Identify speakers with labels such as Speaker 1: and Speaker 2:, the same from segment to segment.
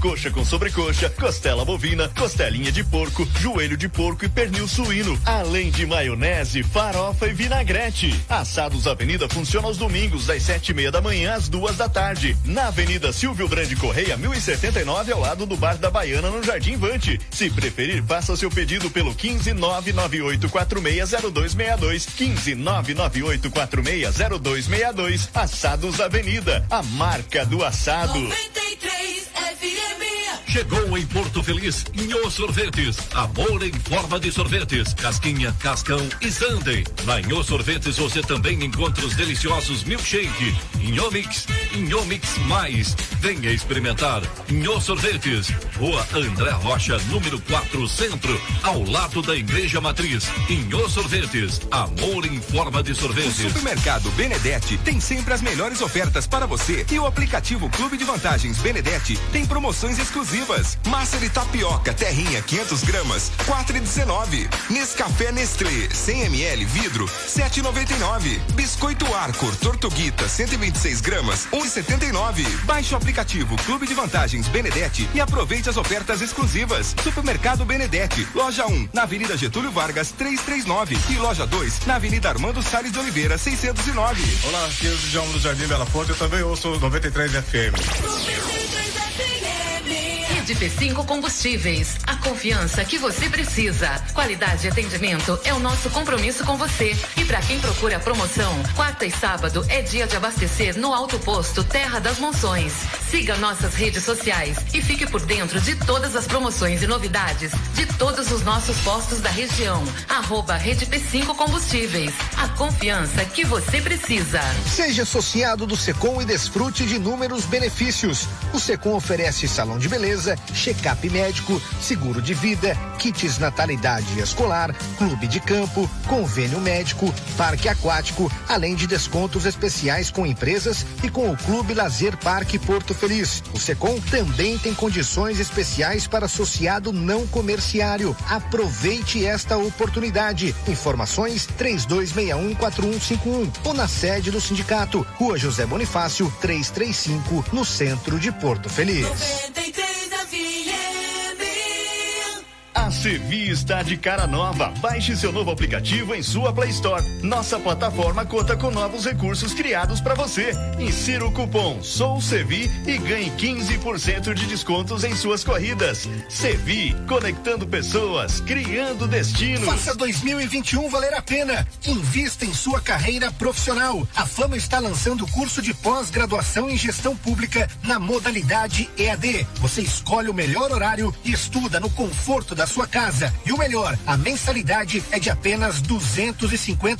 Speaker 1: coxa com sobrecoxa, costela bovina, costelinha de porco, joelho de porco e pernil suíno, além de maionese, farofa e vinagrete. Assados Avenida funciona aos domingos, das sete e meia da manhã às duas da tarde, na Avenida Silvio Grande Correia, 1079, ao lado do Bar da Baiana, no Jardim Vante. Se preferir, faça seu pedido pelo 15998460262, 15998460262, Assados Avenida, a marca do assado.
Speaker 2: 93 FM.
Speaker 3: Chegou em Porto Feliz Nho Sorvetes. Amor em forma de sorvetes. Casquinha, cascão e sundae. Na Nho Sorvetes você também encontra os deliciosos milkshake, Nho Mix, Nho Mix Mais. Venha experimentar Nho Sorvetes. Rua André Rocha, número 4, Centro, ao lado da Igreja Matriz. Nho Sorvetes. Amor em forma de
Speaker 4: O
Speaker 3: sorvetes.
Speaker 4: Supermercado Benedetti tem sempre as melhores ofertas para você e o aplicativo Clube de Vantagens Benedetti tem promoções exclusivas. Massa de tapioca terrinha 500 gramas 4,19. Nescafé Nestlé 100 ml vidro 7,99. Biscoito Arcor Tortuguita 126 gramas 1,79. Baixe o aplicativo Clube de Vantagens Benedetti e aproveite as ofertas exclusivas. Supermercado Benedetti, loja 1 na Avenida Getúlio Vargas 339 e loja 2 na Avenida Armando Salles de Oliveira 609.
Speaker 5: Olá, aqui é o Djalma do Jardim Bela Fonte, eu também ouço 93 FM.
Speaker 2: 93 FM.
Speaker 6: Rede P5 Combustíveis, a confiança que você precisa. Qualidade e atendimento é o nosso compromisso com você. E para quem procura promoção, quarta e sábado é dia de abastecer no Alto Posto Terra das Monções. Siga nossas redes sociais e fique por dentro de todas as promoções e novidades de todos os nossos postos da região. Arroba Rede P5 Combustíveis, a confiança que você precisa.
Speaker 7: Seja associado do Secom e desfrute de inúmeros benefícios. O Secom oferece salão de beleza, check-up médico, seguro de vida, kits natalidade escolar, clube de campo, convênio médico, parque aquático, além de descontos especiais com empresas e com o Clube Lazer Parque Porto Feliz. O Secom também tem condições especiais para associado não comerciário. Aproveite esta oportunidade. Informações 32614151 ou na sede do sindicato, Rua José Bonifácio, 335, no centro de Porto Feliz.
Speaker 2: 93 FM.
Speaker 1: A Sevi está de cara nova. Baixe seu novo aplicativo em sua Play Store. Nossa plataforma conta com novos recursos criados para você. Insira o cupom Sou Sevi e ganhe 15% de descontos em suas corridas. Sevi, conectando pessoas, criando destinos.
Speaker 8: Faça 2021 valer a pena. Invista em sua carreira profissional. A Fama está lançando o curso de pós-graduação em gestão pública na modalidade EAD. Você escolhe o melhor horário e estuda no conforto da sua casa. E o melhor, a mensalidade é de apenas duzentos e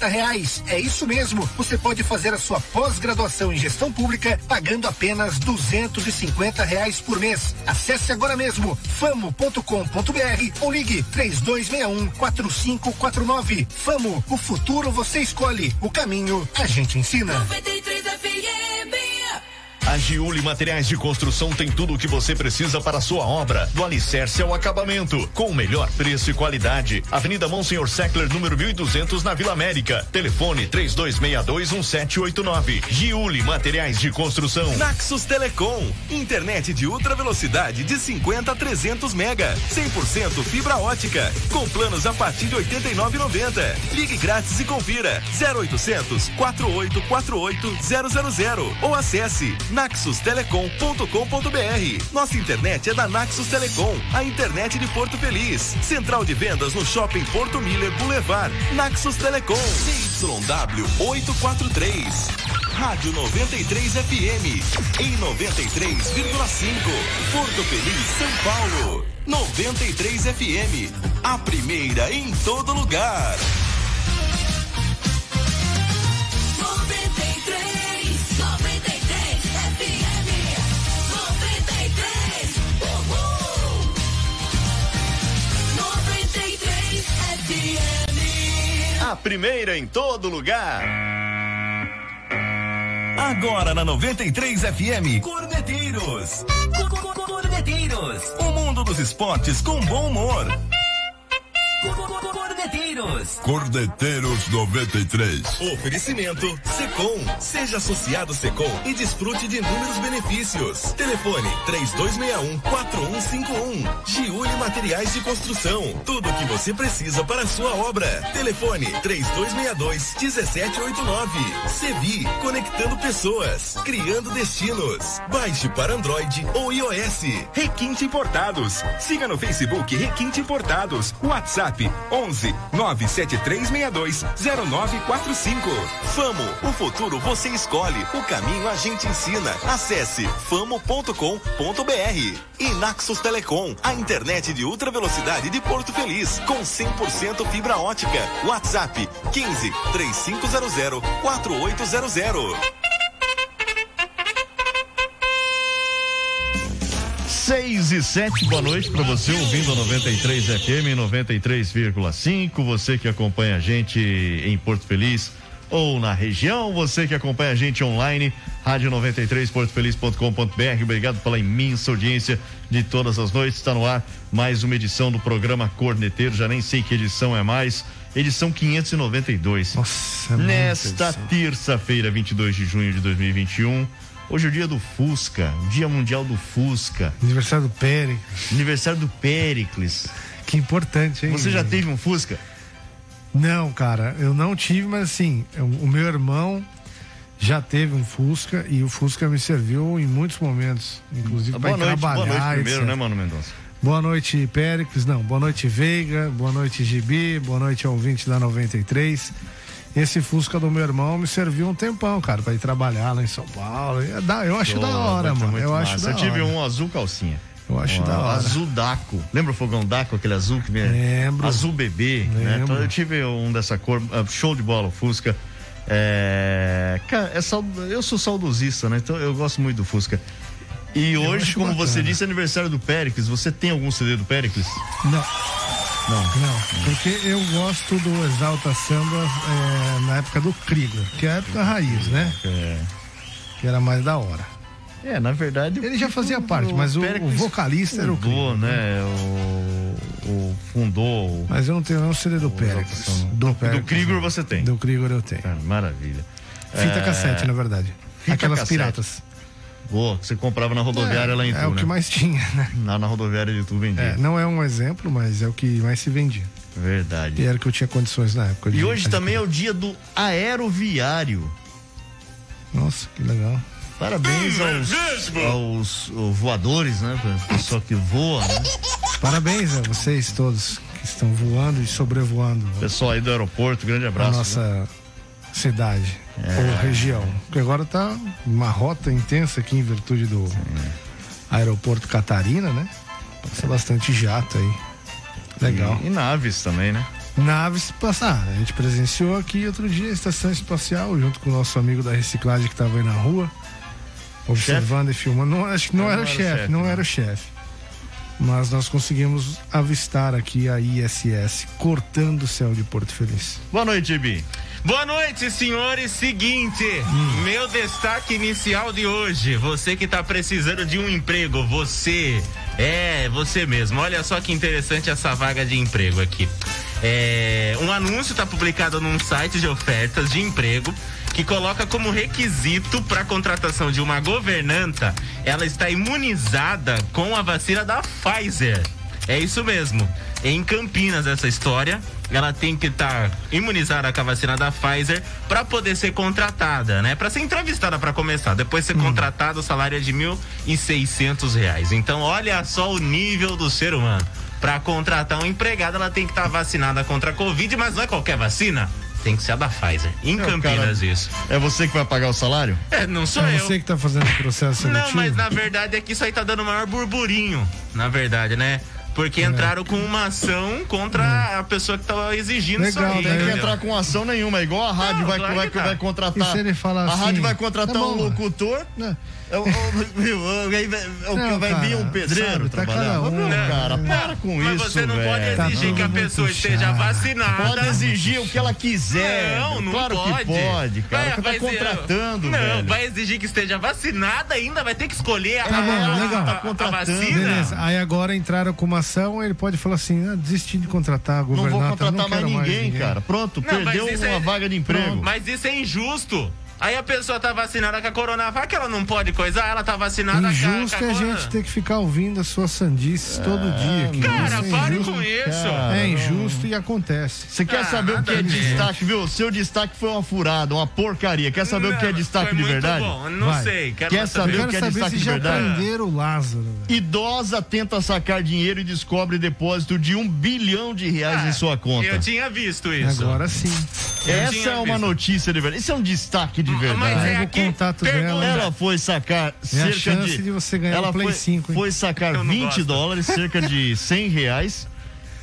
Speaker 8: reais. É isso mesmo. Você pode fazer a sua pós-graduação em gestão pública pagando apenas duzentos e reais por mês. Acesse agora mesmo famo.com.br ou ligue 3261 4549. Famo, o futuro você escolhe, o caminho a gente ensina.
Speaker 2: 93 FM.
Speaker 1: A Giuli Materiais de Construção tem tudo o que você precisa para a sua obra, do alicerce ao acabamento, com o melhor preço e qualidade. Avenida Monsenhor Seckler, número 1200, na Vila América. Telefone 32621789. Giuli Materiais de Construção.
Speaker 4: Naxos Telecom, internet de ultra velocidade de 50 a 300 mega, 100% fibra ótica, com planos a partir de 89,90. Ligue grátis e confira 0800 4848 000 ou acesse naxustelecom.com.br. Nossa internet é da Naxos Telecom, a internet de Porto Feliz. Central de vendas no Shopping Porto Miller Boulevard. Naxos Telecom, CYW 843. Rádio 93 FM, em 93,5. Porto Feliz, São Paulo. 93 FM, a primeira em todo lugar.
Speaker 2: 93, 93 FM. 93, uhul. 93 FM.
Speaker 1: A primeira em todo lugar.
Speaker 4: Agora na 93 FM, Corneteiros. Corneteiros. O mundo dos esportes com bom humor. Corneteiros.
Speaker 7: Cordeteiros.
Speaker 9: Cordeteiros 93.
Speaker 4: Oferecimento Secom. Seja associado Secom e desfrute de inúmeros benefícios. Telefone 3261-4151. Giuli Materiais de Construção. Tudo o que você precisa para a sua obra. Telefone 3262-1789. Sevi, conectando pessoas, criando destinos. Baixe para Android ou iOS.
Speaker 10: Requinte Importados. Siga no Facebook Requinte Importados. WhatsApp 11 97362 0945.
Speaker 4: Famo, o futuro você escolhe, o caminho a gente ensina. Acesse famo.com.br. E Naxos Telecom, a internet de ultra velocidade de Porto Feliz, com 100% fibra ótica. WhatsApp 15 3500 4800.
Speaker 1: Seis e sete, boa noite para você ouvindo a 93 FM 93,5. Você que acompanha a gente em Porto Feliz ou na região, você que acompanha a gente online, rádio 93portofeliz.com.br. Obrigado pela imensa audiência de todas as noites. Está no ar mais uma edição do programa Corneteiro. Já nem sei que edição é mais. Edição 592. Nossa, Nesta terça-feira, 22 de junho de 2021. Hoje é o dia do Fusca, dia mundial do Fusca.
Speaker 11: Aniversário do Péricles.
Speaker 1: Aniversário do Péricles.
Speaker 11: Que importante, hein?
Speaker 1: Você já teve um Fusca?
Speaker 11: Não, cara, eu não tive, mas assim, eu- o meu irmão já teve um Fusca e o Fusca me serviu em muitos momentos, inclusive para
Speaker 1: Ah, boa noite,
Speaker 11: trabalhar.
Speaker 1: boa noite primeiro,
Speaker 11: etc.
Speaker 1: né, Mano Mendonça?
Speaker 11: Boa noite, Péricles. Não, boa noite, Veiga. Boa noite, Gibi. Boa noite, ao ouvinte da 93. Esse Fusca do meu irmão me serviu um tempão, cara, pra ir trabalhar lá em São Paulo. É da- Eu acho
Speaker 1: Show,
Speaker 11: da hora,
Speaker 1: muito,
Speaker 11: mano.
Speaker 1: muito
Speaker 11: Eu acho
Speaker 1: massa.
Speaker 11: da
Speaker 1: Eu tive
Speaker 11: hora.
Speaker 1: um azul calcinha.
Speaker 11: Eu acho
Speaker 1: Um
Speaker 11: da hora.
Speaker 1: Azul Daco. Lembra o fogão Daco, aquele azul que vinha?
Speaker 11: Lembro.
Speaker 1: Azul bebê. Né?
Speaker 11: Lembro.
Speaker 1: Então, eu tive um dessa cor. ah, Show de bola, o Fusca. É, Cara, é saud- eu sou saudosista, né? Então eu gosto muito do Fusca. E hoje,
Speaker 11: acho
Speaker 1: como você
Speaker 11: bacana.
Speaker 1: disse, é aniversário do Péricles. Você tem algum CD do Péricles?
Speaker 11: Não.
Speaker 1: Não.
Speaker 11: Não, porque eu gosto do Exalta Samba é, na época do Krieger, que é a época raiz, né?
Speaker 1: É.
Speaker 11: Que era mais da hora.
Speaker 1: É, na verdade.
Speaker 11: Ele já fazia parte, mas o- o
Speaker 1: Péricles
Speaker 11: vocalista era o
Speaker 1: fundou, né? O, o fundou. o-
Speaker 11: Mas eu não tenho nenhum CD do Péricles. Do
Speaker 1: Do
Speaker 11: Péricles.
Speaker 1: Krigor você tem.
Speaker 11: Do Krieger eu tenho.
Speaker 1: Cara, maravilha.
Speaker 11: Fita
Speaker 1: É,
Speaker 11: cassete, na verdade.
Speaker 1: fita
Speaker 11: Aquelas
Speaker 1: cassete.
Speaker 11: piratas.
Speaker 1: Boa, que você comprava na rodoviária
Speaker 11: é,
Speaker 1: lá em
Speaker 11: é
Speaker 1: Itu,
Speaker 11: o que
Speaker 1: né?
Speaker 11: mais tinha, né?
Speaker 1: Na, na rodoviária de Itu vendia.
Speaker 11: É, não é um exemplo, mas é o que mais se vendia.
Speaker 1: Verdade.
Speaker 11: É. E era o que eu tinha condições na época. de-
Speaker 1: E hoje também é o dia do aeroviário.
Speaker 11: Nossa, que legal.
Speaker 1: Parabéns aos, aos oh, voadores, né? pra Pessoa que voa, né?
Speaker 11: Parabéns a vocês todos que estão voando e sobrevoando
Speaker 1: Pessoal aí do aeroporto, grande
Speaker 11: a
Speaker 1: abraço. né?
Speaker 11: nossa cidade ou região. Porque agora tá uma rota intensa aqui em virtude do aeroporto Catarina, né? Passa bastante jato aí. Legal.
Speaker 1: E, e naves também, né?
Speaker 11: naves passar. A gente presenciou aqui outro dia a estação espacial, junto com o nosso amigo da reciclagem que estava aí na rua, observando e filmando. Não, acho que não, era, o chefe, não
Speaker 1: né?
Speaker 11: era o chefe. Mas nós conseguimos avistar aqui a ISS cortando o céu de Porto Feliz.
Speaker 1: Boa noite, Bi.
Speaker 7: Boa noite, senhores. Seguinte,
Speaker 1: Hum.
Speaker 7: meu destaque inicial de hoje. Você que tá precisando de um emprego, você. É, você mesmo. Olha só que interessante essa vaga de emprego aqui. É, um anúncio está publicado num site de ofertas de emprego que coloca como requisito para a contratação de uma governanta ela está imunizada com a vacina da Pfizer. É isso mesmo. Em Campinas, essa história, ela tem que estar imunizada com a vacina da Pfizer para poder ser contratada, né? Para ser entrevistada para começar. Depois
Speaker 1: Hum.
Speaker 7: ser contratada, o salário é de R$ 1.600. reais. Então, olha só o nível do ser humano. Para contratar um empregado, ela tem que estar vacinada contra a Covid, mas não é qualquer vacina. Tem que ser a da Pfizer. Em
Speaker 1: Não,
Speaker 7: Campinas, isso.
Speaker 1: É você que vai pagar o salário?
Speaker 7: É, não sou
Speaker 11: É
Speaker 7: eu.
Speaker 11: você que tá fazendo o processo seletivo?
Speaker 7: Não, mas na verdade é que isso aí tá dando o maior burburinho, na verdade, né? Porque
Speaker 11: É.
Speaker 7: entraram com uma ação contra a pessoa que tava exigindo
Speaker 11: Legal,
Speaker 7: isso aí.
Speaker 11: né?
Speaker 1: Não
Speaker 7: entendeu?
Speaker 1: vai entrar com ação nenhuma, é igual a rádio
Speaker 7: É, Não,
Speaker 1: vai,
Speaker 7: claro
Speaker 1: vai,
Speaker 7: que tá.
Speaker 1: vai contratar.
Speaker 11: E se ele falar
Speaker 1: a
Speaker 11: assim,
Speaker 1: rádio vai contratar
Speaker 11: tá bom,
Speaker 1: um
Speaker 11: mano.
Speaker 1: locutor.
Speaker 11: Não.
Speaker 1: É o- o- o- aí vai- é o que
Speaker 11: Não,
Speaker 1: vai vir
Speaker 11: cara,
Speaker 1: um pedreiro
Speaker 11: sabe, tá
Speaker 1: trabalhar?
Speaker 11: cada um,
Speaker 1: Não,
Speaker 11: né?
Speaker 1: cara, para
Speaker 11: Não,
Speaker 1: com
Speaker 11: mas
Speaker 1: isso.
Speaker 11: você Tá, não Ah, pode
Speaker 1: velho.
Speaker 11: exigir que a
Speaker 1: Não,
Speaker 11: pessoa
Speaker 1: muito
Speaker 5: esteja
Speaker 1: chato.
Speaker 5: vacinada.
Speaker 1: Pode exigir o que ela quiser.
Speaker 5: Não, não
Speaker 1: claro
Speaker 5: pode.
Speaker 1: que pode, cara.
Speaker 5: Vai-
Speaker 1: Você
Speaker 5: vai
Speaker 1: tá
Speaker 5: ser-
Speaker 1: contratando,
Speaker 5: Não,
Speaker 1: velho.
Speaker 5: vai exigir que esteja vacinada ainda, vai ter que escolher a,
Speaker 11: Tá bom,
Speaker 1: Ah,
Speaker 5: a-
Speaker 11: legal.
Speaker 5: a- a vacina.
Speaker 11: Beleza. Aí agora entraram com uma ação, ele pode falar assim: ah, desisti de contratar,
Speaker 1: Não
Speaker 11: governar, tá,
Speaker 1: vou contratar
Speaker 11: não
Speaker 1: mais,
Speaker 11: quero
Speaker 1: ninguém, cara.
Speaker 11: ninguém.
Speaker 1: Pronto,
Speaker 5: Não, mas
Speaker 1: perdeu
Speaker 5: isso
Speaker 1: uma
Speaker 5: é-
Speaker 1: vaga de emprego.
Speaker 5: Mas isso é injusto. Aí a pessoa tá vacinada com a Coronavac, ela não pode coisar, ela tá vacinada com a-
Speaker 11: Injusto
Speaker 5: com
Speaker 11: é
Speaker 5: a
Speaker 11: a
Speaker 5: corona.
Speaker 11: gente ter que ficar ouvindo as suas sandices
Speaker 1: É,
Speaker 11: todo dia. que
Speaker 5: Cara,
Speaker 11: isso é
Speaker 5: pare
Speaker 11: injusto.
Speaker 5: com isso.
Speaker 11: É injusto e acontece.
Speaker 1: Você quer saber o que é destaque, viu? O seu destaque foi uma furada, uma porcaria. Quer saber o que é destaque de verdade? Vai. Quer saber
Speaker 11: Eu
Speaker 1: o que é destaque
Speaker 11: quero saber
Speaker 1: de
Speaker 11: se já
Speaker 1: verdade?
Speaker 11: prenderam o Lázaro. né?
Speaker 1: Idosa tenta sacar dinheiro e descobre depósito de um bilhão de reais em sua conta.
Speaker 5: Ah, Eu tinha visto isso.
Speaker 11: Agora sim.
Speaker 5: Eu
Speaker 1: Essa
Speaker 5: tinha
Speaker 1: é uma
Speaker 5: visto. Ah,
Speaker 1: notícia de verdade. Esse é um destaque de verdade.
Speaker 11: é Pega o aqui, contato pergunta. dela.
Speaker 1: Ela foi sacar cerca
Speaker 11: chance de você ganhar
Speaker 1: ela
Speaker 11: um Play
Speaker 1: foi,
Speaker 11: 5, hein?
Speaker 1: Foi sacar
Speaker 11: Eu não
Speaker 1: 20
Speaker 11: gosto.
Speaker 1: dólares, cerca de 100 reais.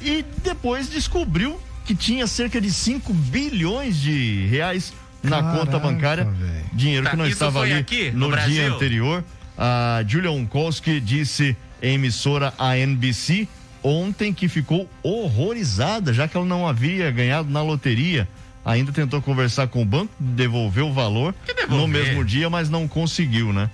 Speaker 1: E depois descobriu que tinha cerca de 5 bilhões de reais na
Speaker 11: Caraca,
Speaker 1: conta bancária. Dinheiro
Speaker 5: Tá,
Speaker 1: que não
Speaker 5: isso
Speaker 1: estava
Speaker 5: foi
Speaker 1: ali
Speaker 5: aqui,
Speaker 1: no,
Speaker 5: no
Speaker 1: dia
Speaker 5: Brasil?
Speaker 1: anterior. A Julia Onkowski disse em emissora a NBC ontem que ficou horrorizada, já que ela não havia ganhado na loteria. Ainda tentou conversar com o banco, devolveu o valor no mesmo dia, mas não conseguiu, né?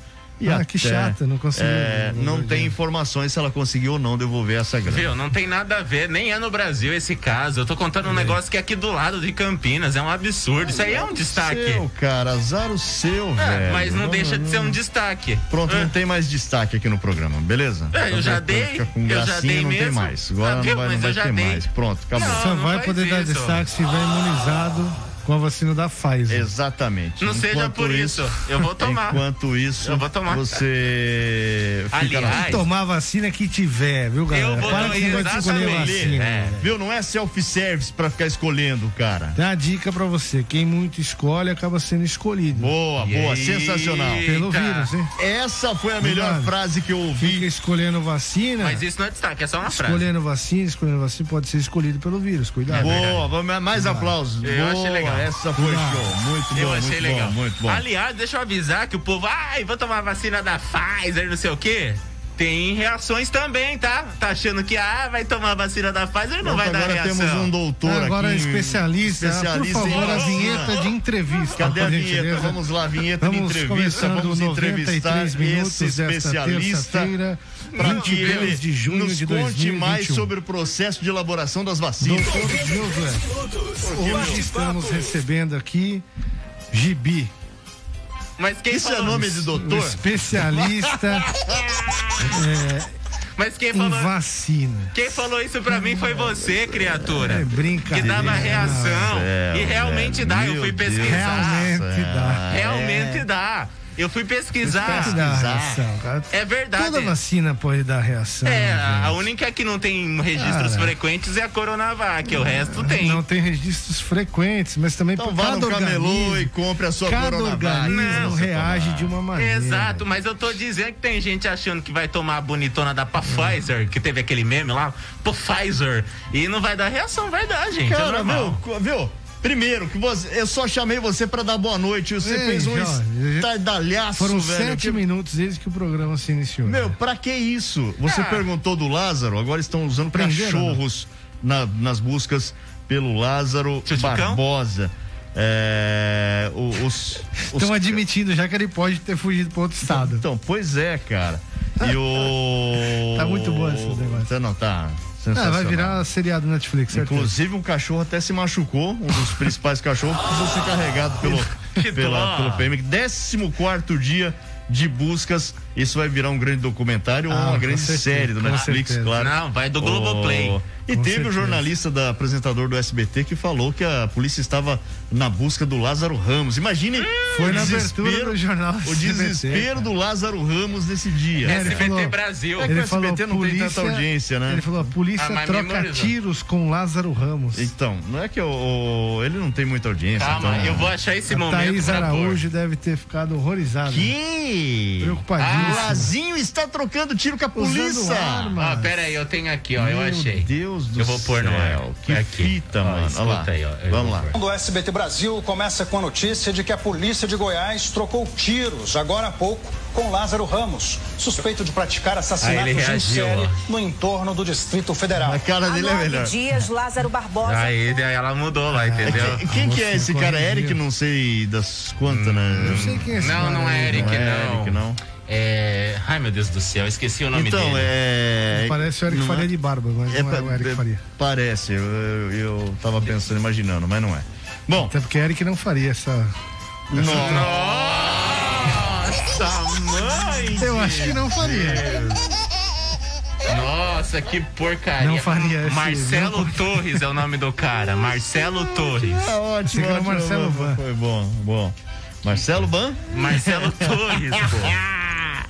Speaker 11: Ah, que chata, não conseguiu
Speaker 1: é,
Speaker 11: devolver
Speaker 1: não
Speaker 11: o
Speaker 1: tem informações se ela conseguiu ou não devolver essa grana.
Speaker 5: Viu, não tem nada a ver, nem é no Brasil esse caso. Eu tô contando um negócio que é aqui do lado de Campinas, é um absurdo. Isso aí é um destaque.
Speaker 1: Seu, cara, azar o seu,
Speaker 5: É,
Speaker 1: velho.
Speaker 5: mas não, deixa de ser um destaque.
Speaker 1: Pronto, não tem mais destaque aqui no programa, beleza?
Speaker 5: É, eu já dei,
Speaker 1: Fica com
Speaker 5: eu já
Speaker 1: gracinha,
Speaker 5: dei
Speaker 1: não tem
Speaker 5: mesmo.
Speaker 1: mais. Agora
Speaker 5: Ah,
Speaker 1: não
Speaker 5: viu?
Speaker 1: vai, não
Speaker 5: Mas eu
Speaker 1: vai
Speaker 5: já
Speaker 1: ter
Speaker 5: dei.
Speaker 1: mais. Pronto, acabou.
Speaker 11: Só vai poder dar destaque se
Speaker 5: Ah.
Speaker 11: tiver imunizado com a vacina da Pfizer.
Speaker 1: Exatamente.
Speaker 5: Não seja
Speaker 1: Enquanto
Speaker 5: por isso, eu vou tomar.
Speaker 1: Enquanto isso,
Speaker 5: Eu vou tomar.
Speaker 1: você fica na-
Speaker 11: Tem que tomar a vacina que tiver, viu, galera? Então, Para que não vai te escolher a vacina. né?
Speaker 1: É. Viu? Não é self-service pra ficar escolhendo, cara.
Speaker 11: Dá uma dica pra você: quem muito escolhe acaba sendo escolhido.
Speaker 1: Boa, boa, sensacional.
Speaker 11: Pelo vírus, hein?
Speaker 1: Essa foi a melhor
Speaker 11: Verdade.
Speaker 1: frase que eu ouvi.
Speaker 11: Fica escolhendo vacina.
Speaker 5: Mas isso não é destaque, é só uma frase. É
Speaker 11: Escolhendo vacina, escolhendo vacina, pode ser escolhido pelo vírus, cuidado.
Speaker 1: Boa, vamos- mais
Speaker 11: Verdade.
Speaker 1: aplausos.
Speaker 5: Eu
Speaker 1: Boa,
Speaker 5: achei legal.
Speaker 1: Essa foi show. Muito bom,
Speaker 5: Eu achei
Speaker 1: muito
Speaker 5: legal.
Speaker 1: bom, muito bom.
Speaker 5: Aliás, deixa eu avisar que o povo, ai, vou tomar a vacina da Pfizer, não sei o quê. Tem reações também, tá? Tá achando que, ah, vai tomar a vacina da Pfizer, não
Speaker 1: Pronto,
Speaker 5: vai dar
Speaker 1: agora
Speaker 5: reação.
Speaker 1: temos um doutor
Speaker 11: Agora
Speaker 1: aqui,
Speaker 11: é especialista,
Speaker 1: especialista
Speaker 11: por
Speaker 1: em
Speaker 11: favor, a
Speaker 1: vacina.
Speaker 11: vinheta de entrevista.
Speaker 1: Cadê a
Speaker 11: por
Speaker 1: vinheta?
Speaker 11: gentileza.
Speaker 1: Vamos lá, vinheta
Speaker 11: Vamos
Speaker 1: de entrevista.
Speaker 11: começando
Speaker 1: Vamos
Speaker 11: 93
Speaker 1: entrevistar
Speaker 11: minutos
Speaker 1: esse
Speaker 11: desta
Speaker 1: especialista
Speaker 11: terça-feira,
Speaker 1: para que
Speaker 11: 22
Speaker 1: ele
Speaker 11: de junho
Speaker 1: nos
Speaker 11: de
Speaker 1: conte
Speaker 11: 2021.
Speaker 1: mais sobre o processo de elaboração das vacinas.
Speaker 11: Doutor Josué, hoje estamos recebendo aqui Gibi.
Speaker 5: Mas quem
Speaker 1: Isso é
Speaker 5: falou
Speaker 1: nome de doutor?
Speaker 11: Um especialista
Speaker 5: Mas quem
Speaker 11: é, em
Speaker 5: falou,
Speaker 11: vacina.
Speaker 5: quem falou isso pra mim foi você, criatura.
Speaker 11: É
Speaker 5: que
Speaker 11: brincadeira.
Speaker 5: dava reação. e realmente dá, eu fui pesquisar.
Speaker 11: Realmente dá.
Speaker 6: É.
Speaker 1: É.
Speaker 5: Realmente dá. Eu fui pesquisar.
Speaker 11: Tem que dar é reação, cara.
Speaker 5: É verdade.
Speaker 11: Toda vacina pode dar reação. né,
Speaker 5: É,
Speaker 11: gente.
Speaker 5: a única que não tem registros
Speaker 11: Cara.
Speaker 5: frequentes é a Coronavac, o resto tem.
Speaker 11: Não tem registros frequentes, mas também
Speaker 5: Então
Speaker 11: por
Speaker 5: vá
Speaker 11: cada
Speaker 5: no camelô
Speaker 11: organismo,
Speaker 5: e compre a sua
Speaker 11: cada
Speaker 5: Coronavac.
Speaker 11: organismo
Speaker 5: Não, seu
Speaker 11: reage de uma maneira.
Speaker 5: Exato, mas eu tô dizendo que tem gente achando que vai tomar a bonitona da pa- Pfizer, que teve aquele meme lá, pô, Pfizer, e não vai dar reação, vai dar, gente. é
Speaker 1: Cara,
Speaker 5: normal.
Speaker 1: viu, co- viu? Primeiro, que você, eu só chamei você pra dar boa noite. Você
Speaker 11: Ei,
Speaker 1: fez um
Speaker 11: Jorge,
Speaker 1: estardalhaço,
Speaker 11: Foram
Speaker 1: velho.
Speaker 11: sete
Speaker 1: que-
Speaker 11: minutos desde que o programa se iniciou.
Speaker 1: Meu, pra que isso? Você
Speaker 11: Ah.
Speaker 1: perguntou do Lázaro, agora estão usando
Speaker 11: Prenderam,
Speaker 1: cachorros
Speaker 11: né?
Speaker 1: na- nas buscas pelo Lázaro Barbosa. É, o- os, os-
Speaker 11: Estão admitindo já que ele pode ter fugido para outro estado.
Speaker 1: Então, pois é, cara. E o.
Speaker 11: Tá muito bom esse negócio.
Speaker 1: Tá, Não, tá.
Speaker 11: Ah,
Speaker 1: Sensacional.
Speaker 11: vai virar seriado Netflix, certo?
Speaker 1: Inclusive, um cachorro até se machucou. Um dos principais cachorros precisou ser carregado pelo, pela,
Speaker 11: dó.
Speaker 1: pelo PM. 14 dia de buscas. Isso vai virar um grande documentário ou
Speaker 5: Ah,
Speaker 1: uma
Speaker 5: com
Speaker 1: grande
Speaker 5: certeza,
Speaker 1: série do
Speaker 5: com
Speaker 1: Netflix,
Speaker 5: certeza.
Speaker 1: claro.
Speaker 5: Não, vai do Globoplay.
Speaker 1: E teve
Speaker 5: Com
Speaker 1: o
Speaker 5: certeza.
Speaker 1: jornalista da apresentador do SBT que falou que a polícia estava na busca do Lázaro Ramos. Imagine
Speaker 11: Foi
Speaker 1: o
Speaker 11: na
Speaker 1: desespero-
Speaker 11: abertura do jornal
Speaker 1: O
Speaker 11: SBT,
Speaker 1: desespero
Speaker 11: cara.
Speaker 1: do Lázaro Ramos nesse dia.
Speaker 11: É, ele
Speaker 1: cara.
Speaker 11: falou-
Speaker 1: É que
Speaker 11: Ele
Speaker 1: o SBT
Speaker 11: falou,
Speaker 1: não tem
Speaker 11: polícia,
Speaker 1: tanta audiência, né?
Speaker 11: Ele falou, a polícia
Speaker 1: Ah, mas
Speaker 11: troca
Speaker 1: memorizou.
Speaker 11: tiros com Lázaro Ramos.
Speaker 1: Então, não é que o, o- ele não tem muita audiência.
Speaker 5: Calma,
Speaker 1: então-
Speaker 5: eu vou achar esse
Speaker 11: a
Speaker 5: momento
Speaker 11: é Thaís
Speaker 5: pra pôr.
Speaker 11: Araújo deve ter ficado horrorizada.
Speaker 1: Que Ei!
Speaker 5: Preocupadíssimo.
Speaker 1: Ah, Lazinho está trocando tiro com a polícia.
Speaker 5: Ah, pera aí, eu tenho aqui, ó. eu
Speaker 1: Meu
Speaker 5: achei.
Speaker 1: Deus do
Speaker 5: eu vou pôr no ar.
Speaker 1: céu, que fita, mano. Olha lá.
Speaker 5: escuta aí, ó, eu
Speaker 1: Vamos lá.
Speaker 12: Do SBT Brasil começa com a notícia de que a polícia de Goiás trocou tiros agora há pouco com Lázaro Ramos, suspeito de um praticar
Speaker 5: Aí
Speaker 12: assassinatos
Speaker 5: Ah, ele
Speaker 12: em
Speaker 5: reagiu,
Speaker 12: série
Speaker 5: ó.
Speaker 12: no entorno do Distrito Federal. A
Speaker 1: cara
Speaker 5: dele é Há nove melhor.
Speaker 13: Dias, Lázaro Barbosa.
Speaker 5: Aí, daí ela mudou lá, entendeu?
Speaker 1: Quem que é esse cara? Eric, não sei das quantas, né?
Speaker 5: Não sei quem é esse Não, cara não é aí. Eric, não.
Speaker 1: Eric, não.
Speaker 5: É... Ai, meu Deus do céu, esqueci o nome
Speaker 1: então,
Speaker 5: dele.
Speaker 1: é.
Speaker 11: Parece o Eric
Speaker 1: não é-
Speaker 11: Faria de barba, mas
Speaker 1: é
Speaker 11: não é
Speaker 1: pa-
Speaker 11: o Eric
Speaker 1: é-
Speaker 11: Faria.
Speaker 1: Parece, eu, eu, eu tava pensando, imaginando, mas não é. Bom.
Speaker 11: Até porque Eric não faria Então, essa.
Speaker 5: Nossa, mãe!
Speaker 11: Eu acho que não faria.
Speaker 5: Nossa, que porcaria.
Speaker 11: Não faria esse-
Speaker 5: Marcelo Torres é o nome do cara. Marcelo Torres.
Speaker 1: Ah,
Speaker 11: Esse
Speaker 1: ótimo,
Speaker 11: cara é o
Speaker 1: ótimo,
Speaker 11: Marcelo
Speaker 1: bom,
Speaker 11: Van.
Speaker 1: Foi bom, bom. Marcelo Ban?
Speaker 5: Marcelo Torres,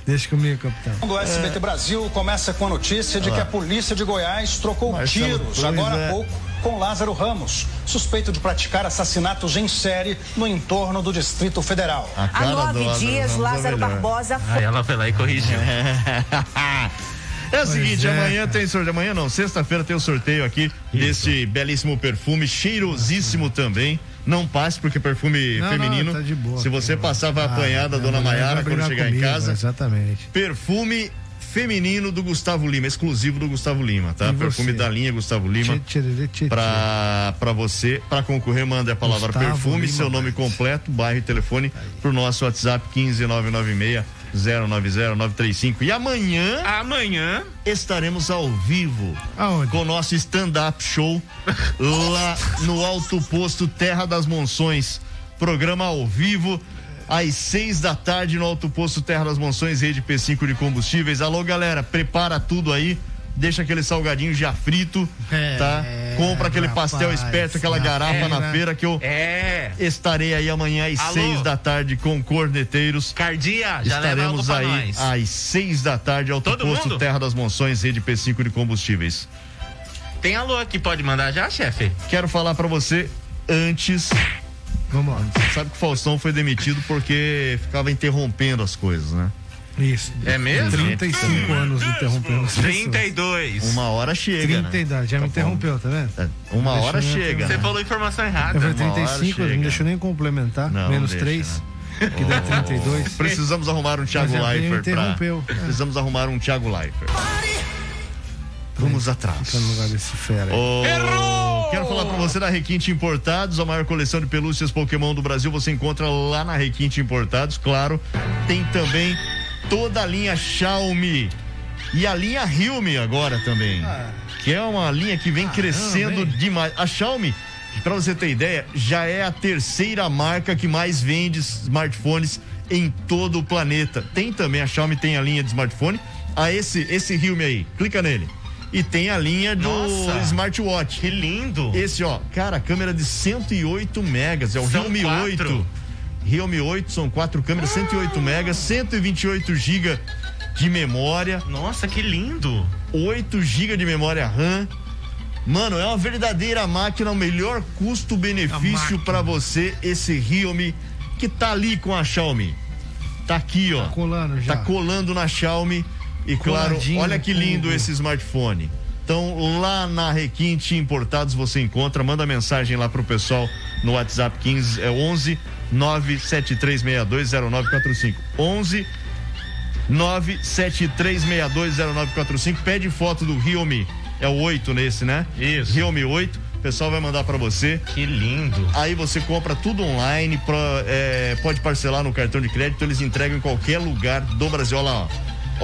Speaker 11: Deixa comigo, capitão.
Speaker 12: Do SBT Brasil começa com a notícia de
Speaker 11: Olha
Speaker 12: que
Speaker 11: lá.
Speaker 12: a polícia de Goiás trocou
Speaker 11: Marcelo
Speaker 12: tiros
Speaker 11: Torres,
Speaker 12: agora
Speaker 11: é.
Speaker 12: há pouco com Lázaro Ramos, suspeito de praticar assassinatos em série no entorno do Distrito Federal.
Speaker 1: A
Speaker 13: Há nove dias, Lázaro Barbosa.
Speaker 5: Aí ela foi lá e corrigiu.
Speaker 1: É o
Speaker 5: Pois
Speaker 1: seguinte,
Speaker 5: é,
Speaker 1: amanhã tem sorteio. Amanhã não, sexta-feira tem o sorteio aqui desse belíssimo perfume, cheirosíssimo também. Não passe, porque é perfume
Speaker 11: Uhum. Não, não,
Speaker 1: feminino.
Speaker 11: tá de boa, Ah,
Speaker 1: Se você passar, vai apanhar da
Speaker 11: minha
Speaker 1: dona
Speaker 11: mulher vai
Speaker 1: Maiara quando
Speaker 11: brigar
Speaker 1: chegar em
Speaker 11: comigo, ah.
Speaker 1: casa.
Speaker 11: Exatamente.
Speaker 1: Perfume feminino do Gustavo Lima, exclusivo do Gustavo Lima, tá?
Speaker 11: E você?
Speaker 1: Perfume da linha Gustavo Lima.
Speaker 11: Tchê, tchê, tchê,
Speaker 1: Pra, pra você, pra concorrer, manda a palavra
Speaker 11: Gustavo
Speaker 1: perfume,
Speaker 11: Lima Tá
Speaker 1: seu nome completo, bairro e telefone pro nosso WhatsApp 15996-090935. E amanhã.
Speaker 5: Amanhã.
Speaker 1: Estaremos ao vivo. Com o nosso stand-up show lá no Alto Posto Terra das Monções. Programa ao vivo. Às seis da tarde no Alto Posto Terra das Monções, rede P5 de combustíveis. Alô, galera, prepara tudo aí. Deixa aquele salgadinho já frito,
Speaker 11: É,
Speaker 1: tá? Compra aquele pastel esperto, aquela garapa
Speaker 5: feira.
Speaker 1: na feira que eu
Speaker 5: É.
Speaker 1: estarei aí amanhã às
Speaker 5: Alô?
Speaker 1: seis da tarde com corneteiros.
Speaker 5: Cardia, já leva algo
Speaker 1: Estaremos
Speaker 5: pra
Speaker 1: aí
Speaker 5: nós.
Speaker 1: às seis da tarde ao
Speaker 5: Todo
Speaker 1: posto
Speaker 5: mundo?
Speaker 1: Terra das Monções, rede P5 de combustíveis.
Speaker 5: Tem alô aqui, pode mandar já, chefe?
Speaker 1: Quero falar pra você antes.
Speaker 11: Vamos lá.
Speaker 1: Sabe que o Faustão foi demitido porque ficava interrompendo as coisas, né?
Speaker 11: Isso.
Speaker 5: É mesmo?
Speaker 11: 35 anos interrompendo. as pessoas.
Speaker 5: 32.
Speaker 1: Uma hora chega.
Speaker 11: 30
Speaker 1: Né? É,
Speaker 11: idade, já me interrompeu, tá vendo?
Speaker 1: Uma
Speaker 11: Não
Speaker 1: hora
Speaker 11: deixa nem
Speaker 1: chega.
Speaker 11: eu
Speaker 5: Você
Speaker 1: né?
Speaker 5: falou informação errada.
Speaker 11: Eu falei
Speaker 1: Uma hora
Speaker 11: 35,
Speaker 1: chega.
Speaker 11: não deixa eu nem complementar.
Speaker 1: Não,
Speaker 11: menos
Speaker 1: deixa,
Speaker 11: 3.
Speaker 1: né?
Speaker 11: Que dá
Speaker 1: Ô,
Speaker 11: 32.
Speaker 1: Precisamos arrumar um Thiago
Speaker 11: Mas é bem,
Speaker 1: Leifert. pra-
Speaker 11: interrompeu. É.
Speaker 1: Precisamos arrumar um Thiago Leifert. Vamos atrás.
Speaker 11: Fica Tá no lugar desse fera. aí.
Speaker 1: Ô, Quero falar pra você da Requinte Importados, a maior coleção de pelúcias Pokémon do Brasil. Você encontra lá na Requinte Importados, claro. Tem também toda a linha Xiaomi e a linha Realme agora também. Que é uma linha que vem crescendo demais. A Xiaomi, pra você ter ideia, já é a terceira marca que mais vende smartphones em todo o planeta. Tem também, a Xiaomi tem a linha de smartphone. Ah, esse, esse Realme aí, clica nele. E tem a linha do
Speaker 5: Nossa!
Speaker 1: smartwatch. Que lindo! Esse, ó, cara, câmera de 108 megas, é o
Speaker 5: São
Speaker 1: Realme
Speaker 5: quatro.
Speaker 1: 8. Realme 8 são quatro câmeras, 108 megas, 128 GB de memória.
Speaker 5: Nossa, que lindo!
Speaker 1: 8 GB de memória RAM. Mano, é uma verdadeira máquina, o melhor custo-benefício pra você esse Realme que tá ali com a Xiaomi. Tá aqui, ó. Tá
Speaker 11: colando já.
Speaker 1: Tá colando na Xiaomi e claro,
Speaker 11: Coladinho
Speaker 1: olha que lindo
Speaker 11: tudo.
Speaker 1: esse smartphone. Então, lá na Requinte Importados você encontra, manda mensagem lá pro pessoal no WhatsApp 15 é 11 973620945. 11 973620945. Pede foto do Realme. É o 8 nesse, né? Isso. Realme 8. O pessoal vai mandar pra você.
Speaker 5: Que lindo.
Speaker 1: Aí você compra tudo online, pra, é, pode parcelar no cartão de crédito, eles entregam em qualquer lugar do Brasil. Olha lá, ó.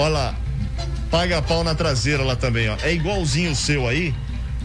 Speaker 1: Olha lá. Paga pau na traseira lá também, ó. É igualzinho o seu aí.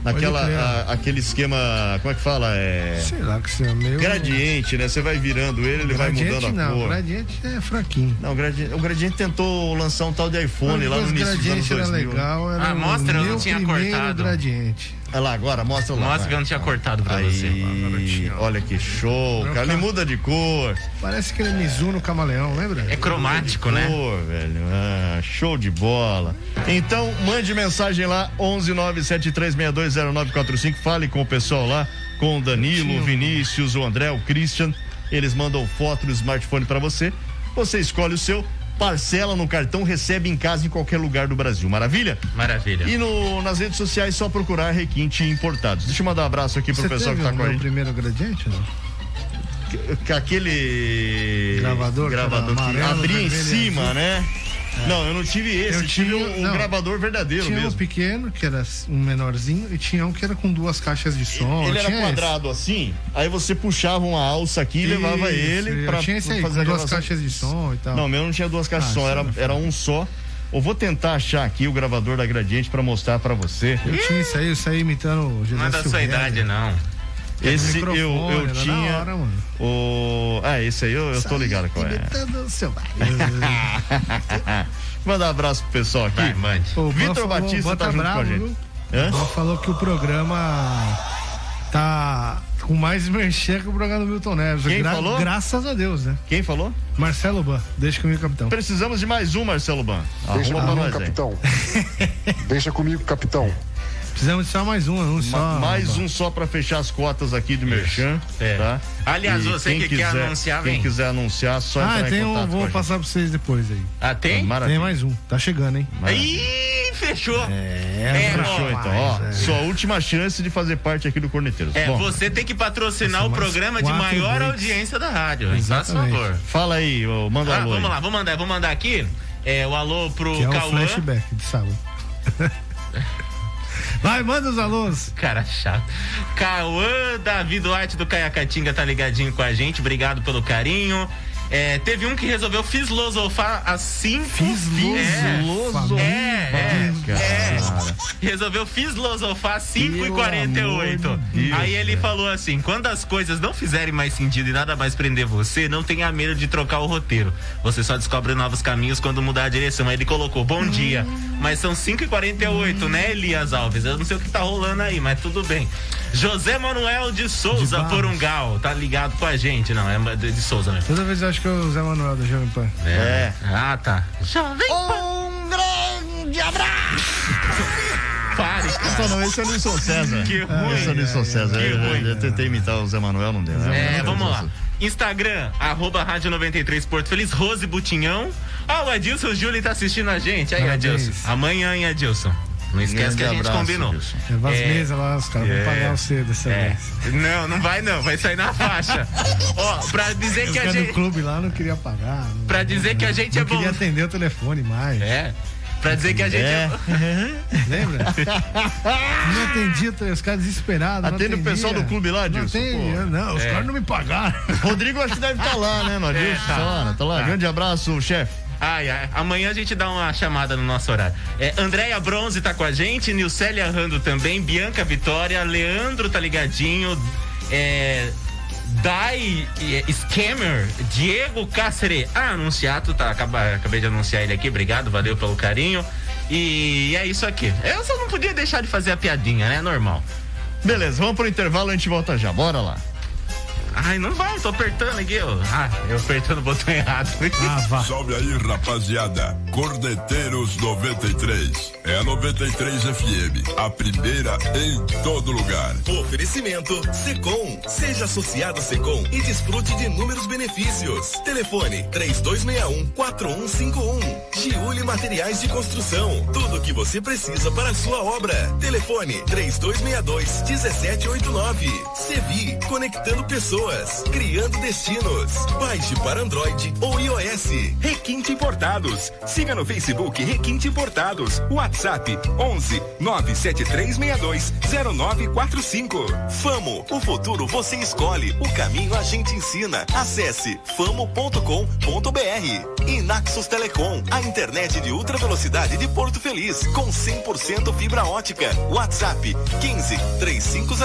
Speaker 1: Naquela,
Speaker 11: crer.
Speaker 1: a- aquele esquema, como é que fala? É.
Speaker 11: Sei lá que você é meio.
Speaker 1: Gradiente, né? Você vai virando ele, ele vai
Speaker 11: Gradiente
Speaker 1: mudando a
Speaker 11: não,
Speaker 1: cor.
Speaker 11: gradiente é fraquinho.
Speaker 1: Não, o Gradiente, o Gradiente tentou lançar um tal de iPhone lá no
Speaker 11: Mas
Speaker 1: início dos anos
Speaker 11: gradiente era
Speaker 1: 2000.
Speaker 11: legal, era
Speaker 5: Ah, mostra, eu
Speaker 11: o
Speaker 5: não
Speaker 11: meu
Speaker 5: tinha
Speaker 11: primeiro
Speaker 5: cortado.
Speaker 11: gradiente.
Speaker 1: Olha lá, agora, mostra lá.
Speaker 5: Mostra
Speaker 1: vai.
Speaker 5: que eu não tinha cortado pra
Speaker 1: Aí,
Speaker 5: você.
Speaker 1: olha que show, cara. Ele muda de cor.
Speaker 11: Parece que ele é Mizuno Camaleão, lembra?
Speaker 5: É cromático,
Speaker 1: Pô,
Speaker 5: né?
Speaker 1: velho. Ah, show de bola. Então, mande mensagem lá, 11973620945. Fale com o pessoal lá, com o Danilo, o Vinícius, o André, o Christian. Eles mandam foto do smartphone pra você. Você escolhe o seu. parcela no cartão, recebe em casa em qualquer lugar do Brasil. Maravilha?
Speaker 11: Maravilha.
Speaker 1: E no, nas redes sociais, só procurar Requinte Importados. Deixa eu mandar um abraço aqui pro
Speaker 14: Você
Speaker 1: pessoal que tá
Speaker 11: um
Speaker 1: com a
Speaker 14: o
Speaker 1: gente.
Speaker 14: primeiro gradiente, não?
Speaker 1: Com aquele
Speaker 14: Gravador que era
Speaker 1: gravador que,
Speaker 14: amarelo,
Speaker 1: abria em
Speaker 14: vermelho e
Speaker 1: cima,
Speaker 14: azul. É.
Speaker 1: né? Não, eu não tive esse, eu tive um, um
Speaker 14: não.
Speaker 1: gravador verdadeiro
Speaker 14: tinha
Speaker 1: mesmo.
Speaker 14: um pequeno, que era um menorzinho, e tinha um que era com duas caixas de som.
Speaker 1: ele
Speaker 14: eu
Speaker 1: era
Speaker 14: tinha esse.
Speaker 1: quadrado assim, aí você puxava uma alça aqui e levava
Speaker 14: Isso,
Speaker 1: ele
Speaker 14: eu
Speaker 1: pra
Speaker 14: tinha esse aí,
Speaker 1: fazer
Speaker 14: com
Speaker 1: a
Speaker 14: duas
Speaker 1: gravação.
Speaker 14: caixas de som e tal.
Speaker 1: Não, o meu não tinha duas caixas de
Speaker 14: Ah,
Speaker 1: som, era,
Speaker 14: sim,
Speaker 1: era um só. Eu vou tentar achar aqui o gravador da Gradiente pra mostrar pra você.
Speaker 14: Eu tinha isso aí, eu saí imitando o
Speaker 11: Não é
Speaker 14: Gilberto
Speaker 11: da sua
Speaker 14: Silveira.
Speaker 11: idade, não.
Speaker 1: Esse eu,
Speaker 14: Microfone,
Speaker 1: eu
Speaker 14: era da
Speaker 1: tinha.
Speaker 14: hora, mano.
Speaker 1: o... Ah, esse aí eu, eu tô ligado qual é.
Speaker 14: Imitando o seu pai.
Speaker 1: Manda um abraço pro pessoal aqui. Vai, mande.
Speaker 14: O
Speaker 1: Vitor
Speaker 14: Buff- o
Speaker 1: Batista
Speaker 14: Buff
Speaker 1: tá
Speaker 14: tá
Speaker 1: junto com
Speaker 14: bravo,
Speaker 1: a gente.
Speaker 14: viu?
Speaker 1: Hã?
Speaker 14: Ela falou que o programa tá com mais merchan que o programa do Milton Neves.
Speaker 1: Quem falou?
Speaker 14: Graças a Deus, né?
Speaker 1: Quem falou?
Speaker 14: Marcelo Ban, deixa comigo, capitão.
Speaker 1: Precisamos de mais um, Marcelo Ban.
Speaker 14: Deixa pra
Speaker 1: Arruma pra
Speaker 14: mim,
Speaker 1: nós aí.
Speaker 14: capitão.
Speaker 15: Deixa comigo, capitão.
Speaker 14: Precisamos de só mais um anúncio.
Speaker 1: Ma-
Speaker 11: Ah,
Speaker 14: só,
Speaker 1: mais
Speaker 14: Ban.
Speaker 1: um só pra fechar as cotas aqui do Merchan. Tá?
Speaker 11: É. Aliás,
Speaker 1: E
Speaker 11: você
Speaker 1: quem
Speaker 11: que quer anunciar,
Speaker 1: Quem
Speaker 11: vem.
Speaker 1: quiser anunciar, só
Speaker 14: Ah,
Speaker 1: entrar
Speaker 11: é
Speaker 14: tem
Speaker 1: em
Speaker 14: um,
Speaker 1: contato com a
Speaker 14: vou
Speaker 1: gente.
Speaker 14: passar pra vocês depois aí.
Speaker 11: Ah, tem?
Speaker 14: Tem mais um, tá chegando, hein?
Speaker 11: Ih, fechou.
Speaker 1: É,
Speaker 11: É,
Speaker 1: fechou,
Speaker 11: ó,
Speaker 1: então. Ó, Sua última chance de fazer parte aqui do Corneteiros.
Speaker 11: É,
Speaker 1: Bom,
Speaker 11: você tem que patrocinar o
Speaker 1: mais
Speaker 11: programa de
Speaker 1: quatro
Speaker 11: maior
Speaker 1: breaks.
Speaker 11: audiência da rádio. Faça
Speaker 1: exatamente.
Speaker 11: favor.
Speaker 1: Fala aí, ô, manda um
Speaker 11: Ah,
Speaker 1: alô.
Speaker 11: vamos lá, vou mandar, vou mandar aqui é, o alô pro
Speaker 14: Que é o
Speaker 11: Cauã.
Speaker 14: flashback de sábado. Vai, manda os alunos.
Speaker 11: Cara chato. Cauã Davi Duarte do Caiacatinga tá ligadinho com a gente. Obrigado pelo carinho. É, teve um que resolveu fislosofar assim.
Speaker 1: Fislosofar.
Speaker 11: É, é, é,
Speaker 1: Cara.
Speaker 11: é. Resolveu fislosofar 5 e 48. Aí ele falou assim: quando as coisas não fizerem mais sentido e nada mais prender você, não tenha medo de trocar o roteiro. Você só descobre novos caminhos quando mudar a direção. Aí ele colocou: bom
Speaker 14: Hum.
Speaker 11: dia. Mas são 5 e 48 né, Elias Alves? Eu não sei o que tá rolando aí, mas tudo bem. José Manuel de Souza
Speaker 14: Barros.
Speaker 11: Porungal, tá ligado com a gente, não? É de de Souza mesmo.
Speaker 14: Toda vez eu acho que é o Zé Manuel do Jovem Pan.
Speaker 11: É. Ah, tá.
Speaker 16: Um grande abraço.
Speaker 11: Pare,
Speaker 1: Esse não, esse é o Nilson César.
Speaker 11: Que ruim.
Speaker 1: Esse é o Nilson César. eu, eu- eu tentei imitar o Zé Manuel, não deu. né?
Speaker 11: É, vamos lá. Instagram, arroba Rádio 93 Porto Feliz, Rose Butinhão. Ah, o Adilson Júlio tá assistindo a gente. Aí,
Speaker 14: Parabéns.
Speaker 11: Adilson. Amanhã, hein, Adilson. Não
Speaker 14: Grande
Speaker 11: esquece que a gente
Speaker 14: abraço,
Speaker 11: combinou. É.
Speaker 14: Adilson. Leva as mesas lá, os caras vão pagar o cedo dessa vez.
Speaker 11: Não, não vai não, vai sair na faixa. Ó, pra dizer
Speaker 14: Os
Speaker 11: que a
Speaker 14: caras do
Speaker 11: gente.
Speaker 14: clube lá não queria pagar. não-
Speaker 11: Pra dizer que a gente
Speaker 14: não
Speaker 11: é bom.
Speaker 14: queria atender o telefone mais.
Speaker 11: É. Pra dizer que a gente é.
Speaker 14: Lembra? não atendia, os caras desesperados. não
Speaker 1: Atende o
Speaker 14: atendia.
Speaker 1: pessoal do clube lá,
Speaker 14: Não
Speaker 1: Dilson,
Speaker 14: atende,
Speaker 1: pô.
Speaker 14: não, os
Speaker 1: É.
Speaker 14: caras não me pagaram.
Speaker 1: Rodrigo acho que deve estar lá, né, nós?
Speaker 11: É,
Speaker 1: Dilson?
Speaker 11: tá.
Speaker 1: Tá lá, tá lá.
Speaker 11: Tá.
Speaker 1: Grande abraço, chefe.
Speaker 11: Ai, ai, amanhã a gente dá uma chamada no nosso horário. É, Andréia Bronze tá com a gente, Nilcélia Rando também, Bianca Vitória, Leandro tá ligadinho, é, Dai é, Scammer, Diego Cáceres. Ah, anunciado, tá, acaba- acabei de anunciar ele aqui, obrigado, valeu pelo carinho. E é isso aqui. Eu só não podia deixar de fazer a piadinha, né? Normal.
Speaker 1: Beleza, vamos pro intervalo, a gente volta já. Bora lá.
Speaker 11: Ai, não vai, tô apertando aqui, ó. Ah, eu apertando o botão errado.
Speaker 17: Salve aí, rapaziada. Corneteiros 93. É a 93 FM. A primeira em todo lugar.
Speaker 4: Oferecimento Secom. Seja associado a Secom e desfrute de inúmeros benefícios. Telefone 3261 4151. Giuli Materiais de Construção. Tudo o que você precisa para a sua obra. Telefone 3262 1789. Sevi, conectando pessoas, criando destinos. Baixe para Android ou iOS.
Speaker 18: Requinte Importados. Siga no Facebook Requinte Importados. WhatsApp 11 97362 0945.
Speaker 4: Famo, o futuro você escolhe, o caminho a gente ensina. Acesse famo.com.br. E Naxos Telecom, a internet de ultra velocidade de Porto Feliz, com 100% fibra ótica. WhatsApp 15 3500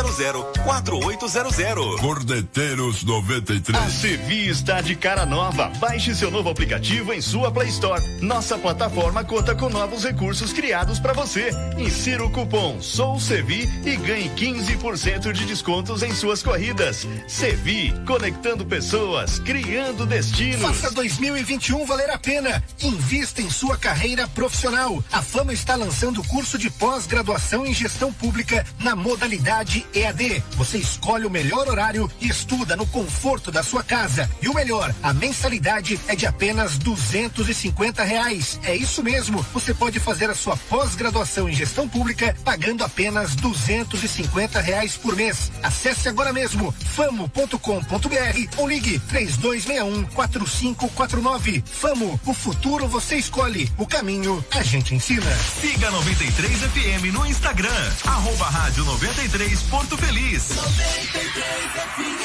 Speaker 4: 4800.
Speaker 17: Corneteiros 93.
Speaker 19: A Sevi está de cara nova. Baixe seu novo aplicativo em sua Play Store. Nossa plataforma conta com novos recursos criados.
Speaker 20: preparados para você. Insira o cupom SOUCEVI e ganhe 15% de descontos em suas corridas. Sevi, conectando pessoas, criando destinos.
Speaker 7: Faça 2021 valer a pena. Invista em sua carreira profissional. A Fama está lançando o curso de pós-graduação em gestão pública na modalidade EAD. Você escolhe o melhor horário e estuda no conforto da sua casa. E o melhor, a mensalidade é de apenas duzentos e reais. É isso mesmo. Você pode fazer a sua pós-graduação em gestão pública pagando apenas duzentos e reais por mês. Acesse agora mesmo famo.com.br ou ligue três dois um Famo, o futuro você escolhe, o caminho a gente ensina.
Speaker 4: Siga 93 FM no Instagram, arroba rádio 93 Porto Feliz.
Speaker 2: 93 FM.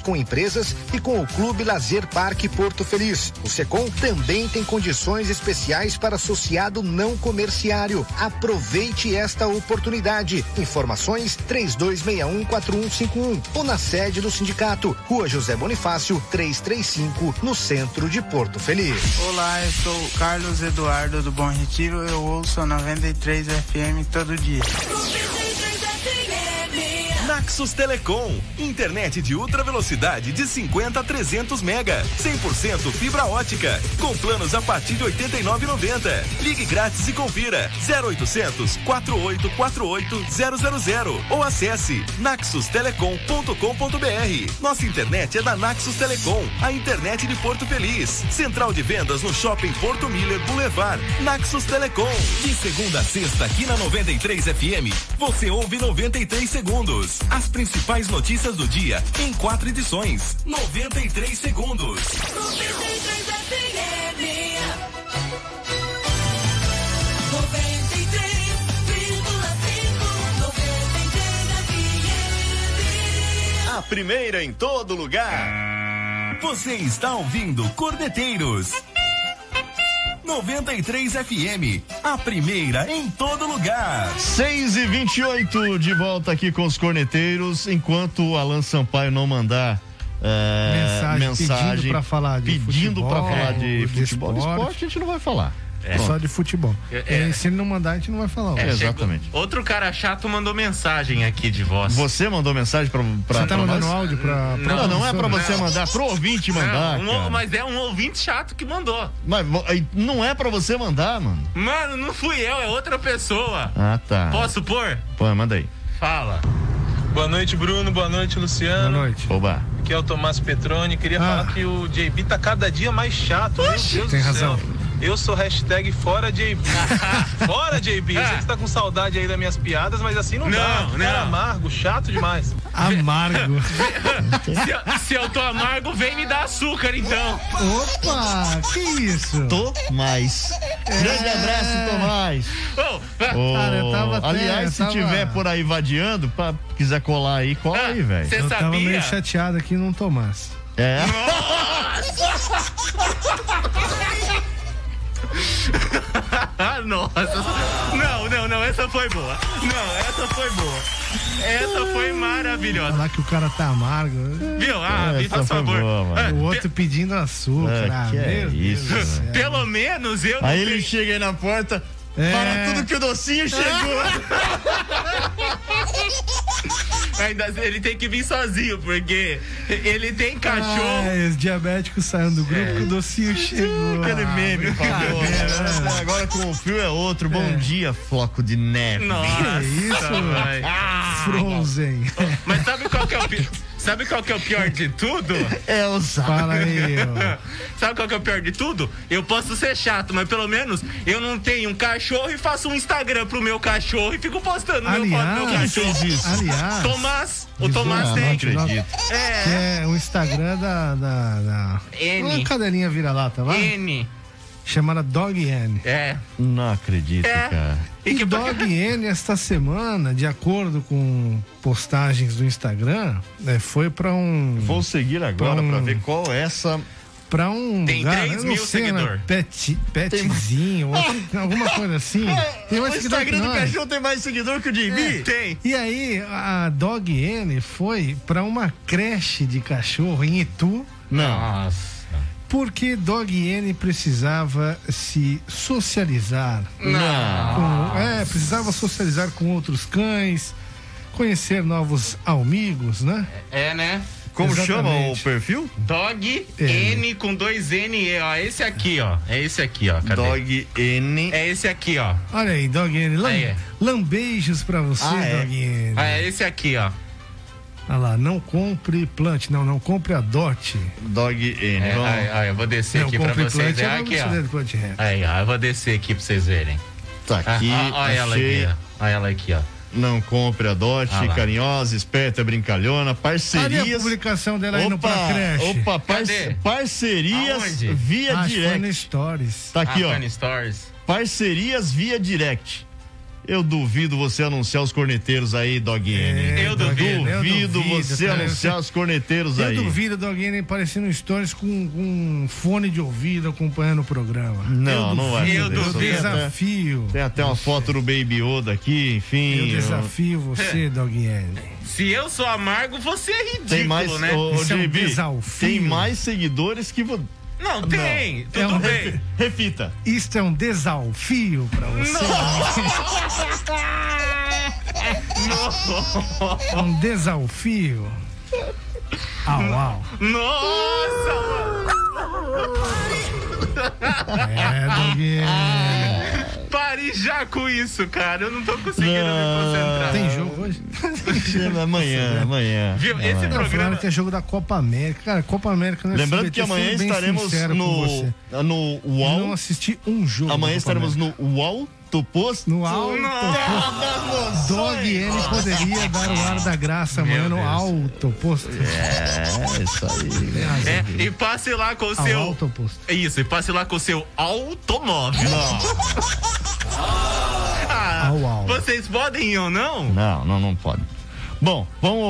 Speaker 21: com empresas e com o Clube Lazer Parque Porto Feliz. O Secom também tem condições especiais para associado não comerciário. Aproveite esta oportunidade. Informações 32614151 ou na sede do sindicato, Rua José Bonifácio, 335, no centro de Porto Feliz.
Speaker 22: Olá, eu sou o Carlos Eduardo do Bom Retiro. Eu ouço a 93 FM todo dia.
Speaker 4: Naxos Telecom, internet de ultra velocidade de 50 a 300 mega, 100% fibra ótica, com planos a partir de 89,90. Ligue grátis e confira 0800 4848 000 ou acesse naxustelecom.com.br. Nossa internet é da Naxos Telecom, a internet de Porto Feliz. Central de vendas no Shopping Porto Miller Boulevard. Naxos Telecom. De segunda a sexta aqui na 93 FM, você ouve 93 segundos. As principais notícias do dia em quatro edições. 93 segundos.
Speaker 2: 93 FM. 93,5.
Speaker 20: A primeira em todo lugar.
Speaker 4: Você está ouvindo Corneteiros. 93 FM, a primeira em todo lugar.
Speaker 1: 6 e 28 de volta aqui com os corneteiros. Enquanto o Alan Sampaio não mandar eh,
Speaker 11: Mensagem
Speaker 1: mensagem,
Speaker 11: pedindo pra falar de
Speaker 1: pedindo
Speaker 11: futebol, é,
Speaker 1: pra falar de
Speaker 11: de
Speaker 1: futebol, de
Speaker 11: esporte.
Speaker 1: esporte, a gente não vai falar.
Speaker 11: É só de futebol.
Speaker 5: É,
Speaker 11: E se ele não mandar, a gente não vai falar.
Speaker 5: É, chegou- Outro cara chato mandou mensagem aqui de voz.
Speaker 1: Você mandou mensagem pra. pra
Speaker 11: Você tá
Speaker 1: pra
Speaker 11: mandando
Speaker 1: nós?
Speaker 11: áudio pra- pra
Speaker 1: Não, não é pra
Speaker 11: produção,
Speaker 1: você
Speaker 11: né?
Speaker 1: mandar, pro ouvinte mandar.
Speaker 5: Não, um-
Speaker 1: cara.
Speaker 5: mas é um ouvinte chato que mandou.
Speaker 1: Mas vo- aí não é pra você mandar, mano.
Speaker 5: Mano, não fui eu, é outra pessoa.
Speaker 1: Ah, tá.
Speaker 5: Posso pôr?
Speaker 1: Pô, manda aí.
Speaker 5: Fala.
Speaker 23: Boa noite, Bruno. Boa noite, Luciano. Boa noite.
Speaker 1: Oba.
Speaker 23: Aqui é o Tomás Petroni. Queria
Speaker 1: Ah.
Speaker 23: falar que o JB tá cada dia mais chato. Meu Deus
Speaker 11: Tem
Speaker 23: do
Speaker 11: razão.
Speaker 23: céu. Eu sou hashtag fora JB. fora JB. Eu sei que você tá com saudade aí das minhas piadas, mas assim não, dá.
Speaker 5: Não,
Speaker 23: Cara
Speaker 5: não.
Speaker 23: amargo, chato demais.
Speaker 11: Amargo.
Speaker 5: Se eu, se eu tô amargo, vem me dar açúcar então.
Speaker 11: Opa, que isso?
Speaker 1: Tô mais. Grande abraço, Tomás. Ô,
Speaker 11: É. Cara, eu tava até-
Speaker 1: aliás,
Speaker 11: eu
Speaker 1: se
Speaker 11: tava-
Speaker 1: tiver por aí vadiando, pra, quiser colar aí,
Speaker 5: Ah,
Speaker 1: cola aí, velho.
Speaker 11: Eu tava meio chateado aqui não tomasse.
Speaker 1: É.
Speaker 5: Nossa. Não, não, não, essa foi boa. Não, essa foi boa. Essa foi maravilhosa.
Speaker 11: Falar que o cara tá amargo.
Speaker 5: Viu? Ah, me faz favor. Ah,
Speaker 11: o outro pedindo açúcar.
Speaker 1: Ah,
Speaker 11: Ah,
Speaker 1: que é
Speaker 11: meu Deus.
Speaker 1: isso, mano.
Speaker 5: Pelo menos eu.
Speaker 1: Aí ele chega aí na porta,
Speaker 11: É.
Speaker 5: É.
Speaker 1: para tudo que o docinho chegou.
Speaker 5: Ainda assim, ele tem que vir sozinho, porque ele tem cachorro.
Speaker 11: Ah, os diabéticos saindo do grupo que o docinho chegou. Ah,
Speaker 1: Aquele meme, por favor. É, Agora com o fio é outro. Bom dia, floco de neve.
Speaker 5: Nossa,
Speaker 11: Que isso,
Speaker 5: vai.
Speaker 11: Frozen.
Speaker 5: Mas sabe qual que é o pior? Sabe qual que é o pior de tudo?
Speaker 1: É o
Speaker 11: Fala aí,
Speaker 5: Sabe qual que é o pior de tudo? Eu posso ser chato, mas pelo menos eu não tenho um cachorro e faço um Instagram pro meu cachorro e fico postando meu foto do meu
Speaker 11: Aliás,
Speaker 5: cachorro.
Speaker 11: quem fez isso? Aliás,
Speaker 5: Tomás, o
Speaker 11: Diz
Speaker 5: Tomás
Speaker 11: lá,
Speaker 5: tem.
Speaker 11: não acredito. Que é o Instagram da. da, da...
Speaker 5: N.
Speaker 11: Uma cadelinha vira-lata lá.
Speaker 5: N.
Speaker 11: chamada Dog N.
Speaker 5: É.
Speaker 1: Não acredito,
Speaker 11: É.
Speaker 1: cara.
Speaker 11: E Dog N, esta semana, de acordo com postagens do Instagram, né, foi pra um.
Speaker 1: Vou seguir agora
Speaker 11: um-
Speaker 5: Hum.
Speaker 1: pra ver qual é essa.
Speaker 11: Pra um
Speaker 1: Tem
Speaker 11: lugar,
Speaker 1: 3
Speaker 11: eu não
Speaker 1: mil
Speaker 11: sei, né,
Speaker 1: seguidor.
Speaker 11: Pet, petzinho, ou alguma coisa assim. Tem mais
Speaker 1: É, o
Speaker 11: seguidor que
Speaker 1: Instagram do
Speaker 5: É,
Speaker 11: nós.
Speaker 1: cachorro tem mais seguidor que o de mim?
Speaker 11: É. E aí, a Dog N foi pra uma creche de cachorro em Itu.
Speaker 5: Nossa.
Speaker 11: Porque Dog N precisava se socializar.
Speaker 5: Não.
Speaker 11: Com- é, precisava socializar com outros cães, conhecer novos amigos, né?
Speaker 5: É, né?
Speaker 11: Como chama Exatamente. o
Speaker 1: perfil?
Speaker 5: Dog
Speaker 11: É.
Speaker 5: N com dois N, e, ó. Esse aqui, ó. É esse aqui, ó. Cadê?
Speaker 1: Dog N.
Speaker 5: É esse aqui, ó.
Speaker 11: Olha aí, Dog N. Lam-
Speaker 5: Aí é.
Speaker 11: Lambeijos pra você,
Speaker 5: Ah, é.
Speaker 11: Dog N.
Speaker 5: Ah, é esse aqui, ó.
Speaker 11: Olha lá, não compre plante, não, não compre adote.
Speaker 1: Dog N.
Speaker 5: É,
Speaker 11: Vamos.
Speaker 5: aí, ó, eu vou descer
Speaker 11: Não
Speaker 5: aqui pra
Speaker 11: compre
Speaker 5: vocês.
Speaker 11: plant,
Speaker 5: verem.
Speaker 11: eu não
Speaker 5: aqui,
Speaker 11: gostaria de
Speaker 5: ó.
Speaker 11: plant é. reto.
Speaker 5: Aí, ó. Eu vou descer aqui pra vocês verem.
Speaker 1: Tá aqui,
Speaker 5: Ah, ó, ó ela
Speaker 1: achei.
Speaker 5: aqui, ó. Olha ela aqui, ó.
Speaker 1: Não compre, adote,
Speaker 5: Ah lá.
Speaker 1: carinhosa, esperta, brincalhona,
Speaker 11: Olha a
Speaker 1: parcerias.
Speaker 11: publicação dela aí no
Speaker 1: Opa,
Speaker 11: Pra Creche.
Speaker 1: opa, parce-
Speaker 11: Cadê?
Speaker 1: parcerias
Speaker 11: Aonde?
Speaker 1: via
Speaker 11: Ah, acho que foi
Speaker 1: direct.
Speaker 11: no Stories.
Speaker 1: Tá aqui,
Speaker 5: Ah,
Speaker 1: ó.
Speaker 5: Funny Stories.
Speaker 1: Parcerias via direct. Eu duvido você anunciar os corneteiros aí, Dog N.
Speaker 5: eu duvido.
Speaker 11: É, Eu
Speaker 1: Duvido
Speaker 11: duvido,
Speaker 1: você
Speaker 11: cara,
Speaker 1: anunciar
Speaker 11: você-
Speaker 1: os corneteiros
Speaker 11: Eu
Speaker 1: aí.
Speaker 11: duvido de alguém nem aparecer no Stories com, com um fone de ouvido acompanhando o programa.
Speaker 1: Não,
Speaker 11: Eu
Speaker 1: não vai
Speaker 11: duvido.
Speaker 1: fazer
Speaker 11: Eu
Speaker 1: isso.
Speaker 11: desafio.
Speaker 1: Tem até uma foto do Baby Yoda aqui, enfim.
Speaker 11: Eu
Speaker 1: um-
Speaker 11: desafio você, Doguiene.
Speaker 5: É. Se eu sou amargo, você é ridículo,
Speaker 1: Tem mais,
Speaker 5: né?
Speaker 1: ô,
Speaker 11: é
Speaker 1: ô,
Speaker 11: um
Speaker 1: JB, tem mais seguidores que você.
Speaker 5: Não, tem. Tudo
Speaker 11: um
Speaker 5: bem.
Speaker 1: Repita.
Speaker 11: Isto é um desafio pra você. É um desafio. Au, au.
Speaker 5: Nossa, mano.
Speaker 11: É,
Speaker 5: Doguinho. Pare já com isso, cara. Eu não tô conseguindo me concentrar.
Speaker 11: Tem jogo hoje? é
Speaker 1: amanhã, amanhã.
Speaker 5: Viu? Esse
Speaker 1: Amanhã.
Speaker 11: Não, falaram que é jogo da Copa América. Cara, Copa América não é
Speaker 1: Lembrando que amanhã estaremos no, no UOL.
Speaker 11: Não assisti um jogo.
Speaker 1: Amanhã
Speaker 11: da Copa
Speaker 1: estaremos no UOL Topos.
Speaker 11: No alto. Dog N poderia dar o ar da graça amanhã no alto posto.
Speaker 1: É, isso aí.
Speaker 5: É, e passe lá com o
Speaker 11: Ao
Speaker 5: seu. É
Speaker 11: alto posto.
Speaker 5: Isso, e passe lá com o seu automóvel. Ah,
Speaker 11: Au, au.
Speaker 5: Vocês podem ir ou não?
Speaker 1: Não, não, não pode. Bom, vamos.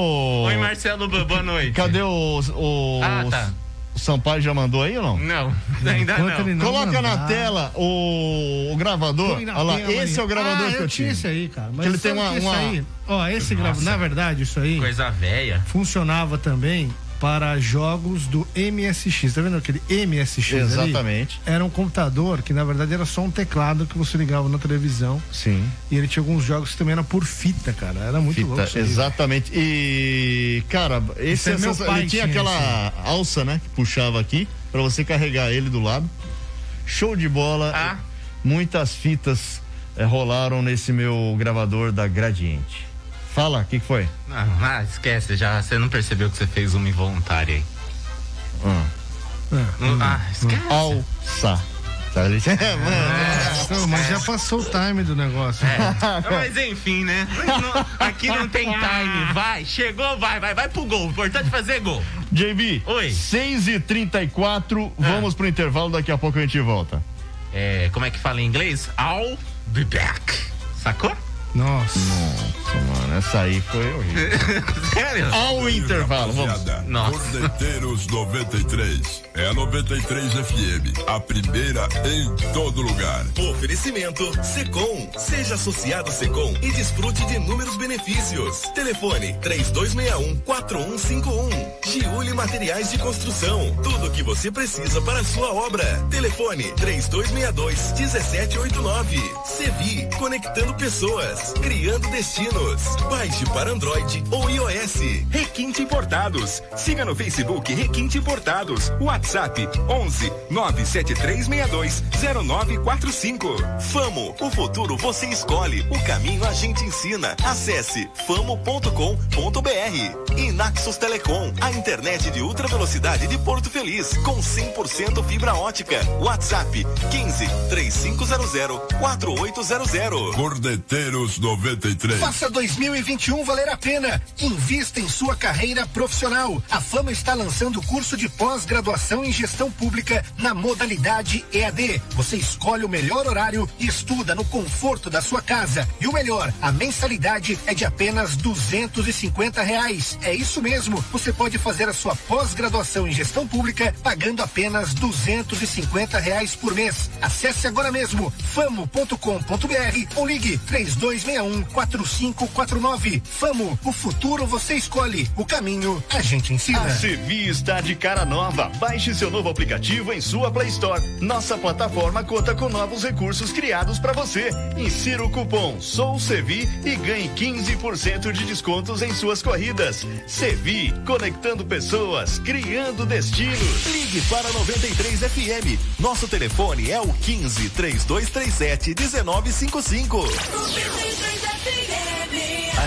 Speaker 5: Oi, Marcelo, bo- boa noite.
Speaker 1: Cadê o. o
Speaker 5: Ah, tá.
Speaker 1: o Sampaio já mandou aí ou não?
Speaker 5: Não, ainda
Speaker 1: Enquanto
Speaker 5: não.
Speaker 1: ele Coloca na tela o, o gravador.
Speaker 11: Põe na
Speaker 1: Olha lá,
Speaker 11: tela
Speaker 1: esse
Speaker 11: aí.
Speaker 1: é o gravador
Speaker 11: ah,
Speaker 1: que eu, tinha.
Speaker 11: esse aí, cara. Mas
Speaker 1: Que ele
Speaker 11: sabe
Speaker 1: tem uma-
Speaker 11: que esse
Speaker 1: uma-
Speaker 11: aí, ó, esse gravador, na verdade, isso aí
Speaker 5: Coisa velha.
Speaker 11: funcionava também para jogos do MSX. Tá vendo aquele MSX ali?
Speaker 1: Exatamente.
Speaker 11: Era um computador que na verdade era só um teclado que você ligava na televisão.
Speaker 1: Sim.
Speaker 11: E ele tinha alguns jogos que também era por fita, cara. Era muito
Speaker 1: Fita,
Speaker 11: louco. isso aí.
Speaker 1: exatamente. E, cara, esse
Speaker 11: Esse é
Speaker 1: é
Speaker 11: meu
Speaker 1: sensa-
Speaker 11: pai
Speaker 1: ele tinha
Speaker 11: tinha
Speaker 1: aquela alça, né? Que puxava aqui, pra você carregar ele do lado. Show de bola.
Speaker 5: Ah.
Speaker 1: Muitas fitas eh, rolaram nesse meu gravador da Gradiente. Fala, o que, que foi?
Speaker 5: Não, ah, esquece, já você não percebeu que você fez uma involuntária aí.
Speaker 1: Hum.
Speaker 11: hum,
Speaker 5: Não- Ah, esquece.
Speaker 1: Alça. Tá ali. É,
Speaker 11: Não, mas já passou o time do negócio.
Speaker 5: É. Mas enfim, né? Não- aqui não tem time. Vai, chegou, vai, vai, vai pro gol. O importante é fazer gol.
Speaker 1: JB,
Speaker 5: Oi. Ah.
Speaker 1: 6h34, vamos pro intervalo, daqui a pouco a gente volta.
Speaker 5: É, como é que fala em inglês? I'll be back. Sacou?
Speaker 11: Nossa.
Speaker 1: Nossa, mano, essa aí foi horrível.
Speaker 5: Sério?
Speaker 1: Ao intervalo, vamos.
Speaker 24: Cordeteiros 93. É a 93 FM. A primeira em todo lugar.
Speaker 4: Oferecimento Secom. Seja associado a Secom e desfrute de inúmeros benefícios. Telefone 3261-4151. Giuli Materiais de Construção. Tudo o que você precisa para a sua obra. Telefone 3262-1789. Sevi, conectando pessoas, criando destinos. Baixe para Android ou iOS.
Speaker 3: Requinte Importados. Siga no Facebook Requinte Importados. WhatsApp 11 97362 0945.
Speaker 4: Famo, o futuro você escolhe, o caminho a gente ensina. Acesse famo.com.br e Naxos Telecom, a internet de ultra velocidade de Porto Feliz, com 100% fibra ótica. WhatsApp 15 3500 4800.
Speaker 24: Cordeteiros 93.
Speaker 7: Faça 2021 valer a pena. Invista em sua carreira profissional. A Fama está lançando o curso de pós-graduação
Speaker 25: graduação em gestão pública na modalidade EAD. Você escolhe o melhor horário e estuda no conforto da sua casa. E o melhor, a mensalidade é de apenas duzentos e reais. É isso mesmo, você pode fazer a sua pós-graduação em gestão pública pagando apenas duzentos e reais por mês. Acesse agora mesmo famo.com.br ou ligue três dois um Famo, o futuro você escolhe, o caminho a gente ensina.
Speaker 3: A Sevi está de cara nova. Baixe seu novo aplicativo em sua Play Store. Nossa plataforma conta com novos recursos criados para você. Insira o cupom Sou Sevi e ganhe 15% de descontos em suas corridas. Sevi, conectando pessoas, criando destinos.
Speaker 4: Ligue para 93 FM. Nosso telefone é o 15 3237 1955.
Speaker 3: A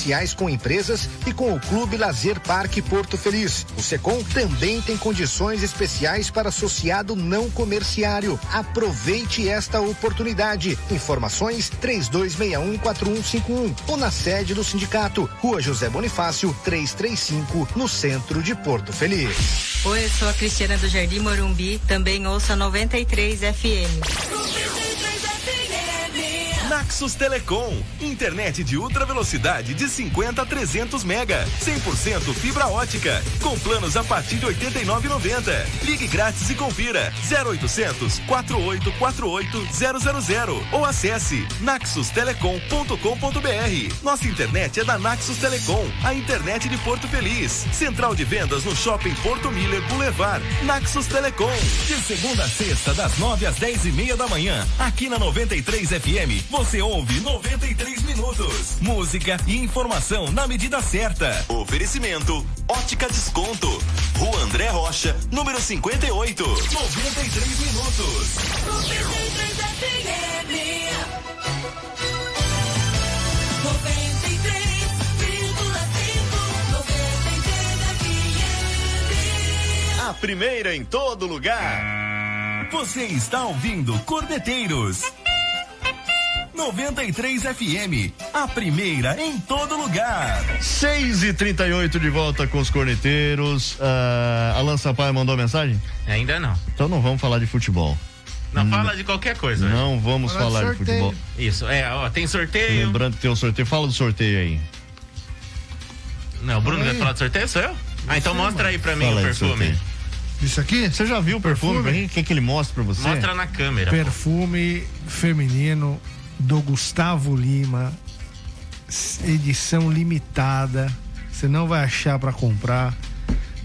Speaker 7: com empresas e com o Clube Lazer Parque Porto Feliz. O Secom também tem condições especiais para associado não comerciário. Aproveite esta oportunidade. Informações 32614151 ou na sede do sindicato, Rua José Bonifácio, 335, no centro de Porto Feliz.
Speaker 6: Oi, eu sou a Cristiana do Jardim Morumbi, também ouço a 93 FM.
Speaker 4: Naxos Telecom, internet de ultra velocidade de 50 a 300 mega, 100% fibra ótica, com planos a partir de 89,90. Ligue grátis e confira 0800 4848 000 ou acesse naxostelecom.com.br. Nossa internet é da Naxos Telecom, a internet de Porto Feliz. Central de vendas no Shopping Porto Miller Boulevard. Naxos Telecom, de segunda a sexta das 9 às 10 e meia da manhã, aqui na 93 FM. Você ouve 93 minutos. Música e informação na medida certa. Oferecimento: Ótica Desconto. Rua André Rocha, número 58. 93 minutos.
Speaker 2: 93 FM. 93,5.
Speaker 3: A primeira em todo lugar.
Speaker 4: Você está ouvindo Corneteiros. 93 FM, a primeira em todo lugar.
Speaker 1: 6 e 38 de volta com os corneteiros. Ah, Alan Sampaio mandou mensagem?
Speaker 26: Ainda não.
Speaker 1: Então não vamos falar de futebol.
Speaker 26: Não fala de qualquer
Speaker 11: É.
Speaker 26: coisa. né?
Speaker 1: Hum. Não vamos
Speaker 26: Fala de
Speaker 1: falar de
Speaker 26: sorteio.
Speaker 1: futebol.
Speaker 26: Isso, é, ó, tem sorteio.
Speaker 1: Lembrando que tem um sorteio. Fala do sorteio aí.
Speaker 26: Não, o Bruno
Speaker 1: Fala
Speaker 26: vai
Speaker 1: aí.
Speaker 26: falar do sorteio, sou eu? Ah, então
Speaker 1: Você,
Speaker 26: mostra
Speaker 1: mano.
Speaker 26: aí pra mim
Speaker 1: Fala
Speaker 26: o
Speaker 1: aí do
Speaker 26: perfume.
Speaker 1: sorteio.
Speaker 11: Isso aqui?
Speaker 1: Você já viu o perfume?
Speaker 11: Perfume?
Speaker 1: O que, que ele mostra pra você?
Speaker 26: Mostra na câmera. pô.
Speaker 11: Perfume feminino do Gustavo Lima, s- edição limitada. Você não vai achar pra comprar.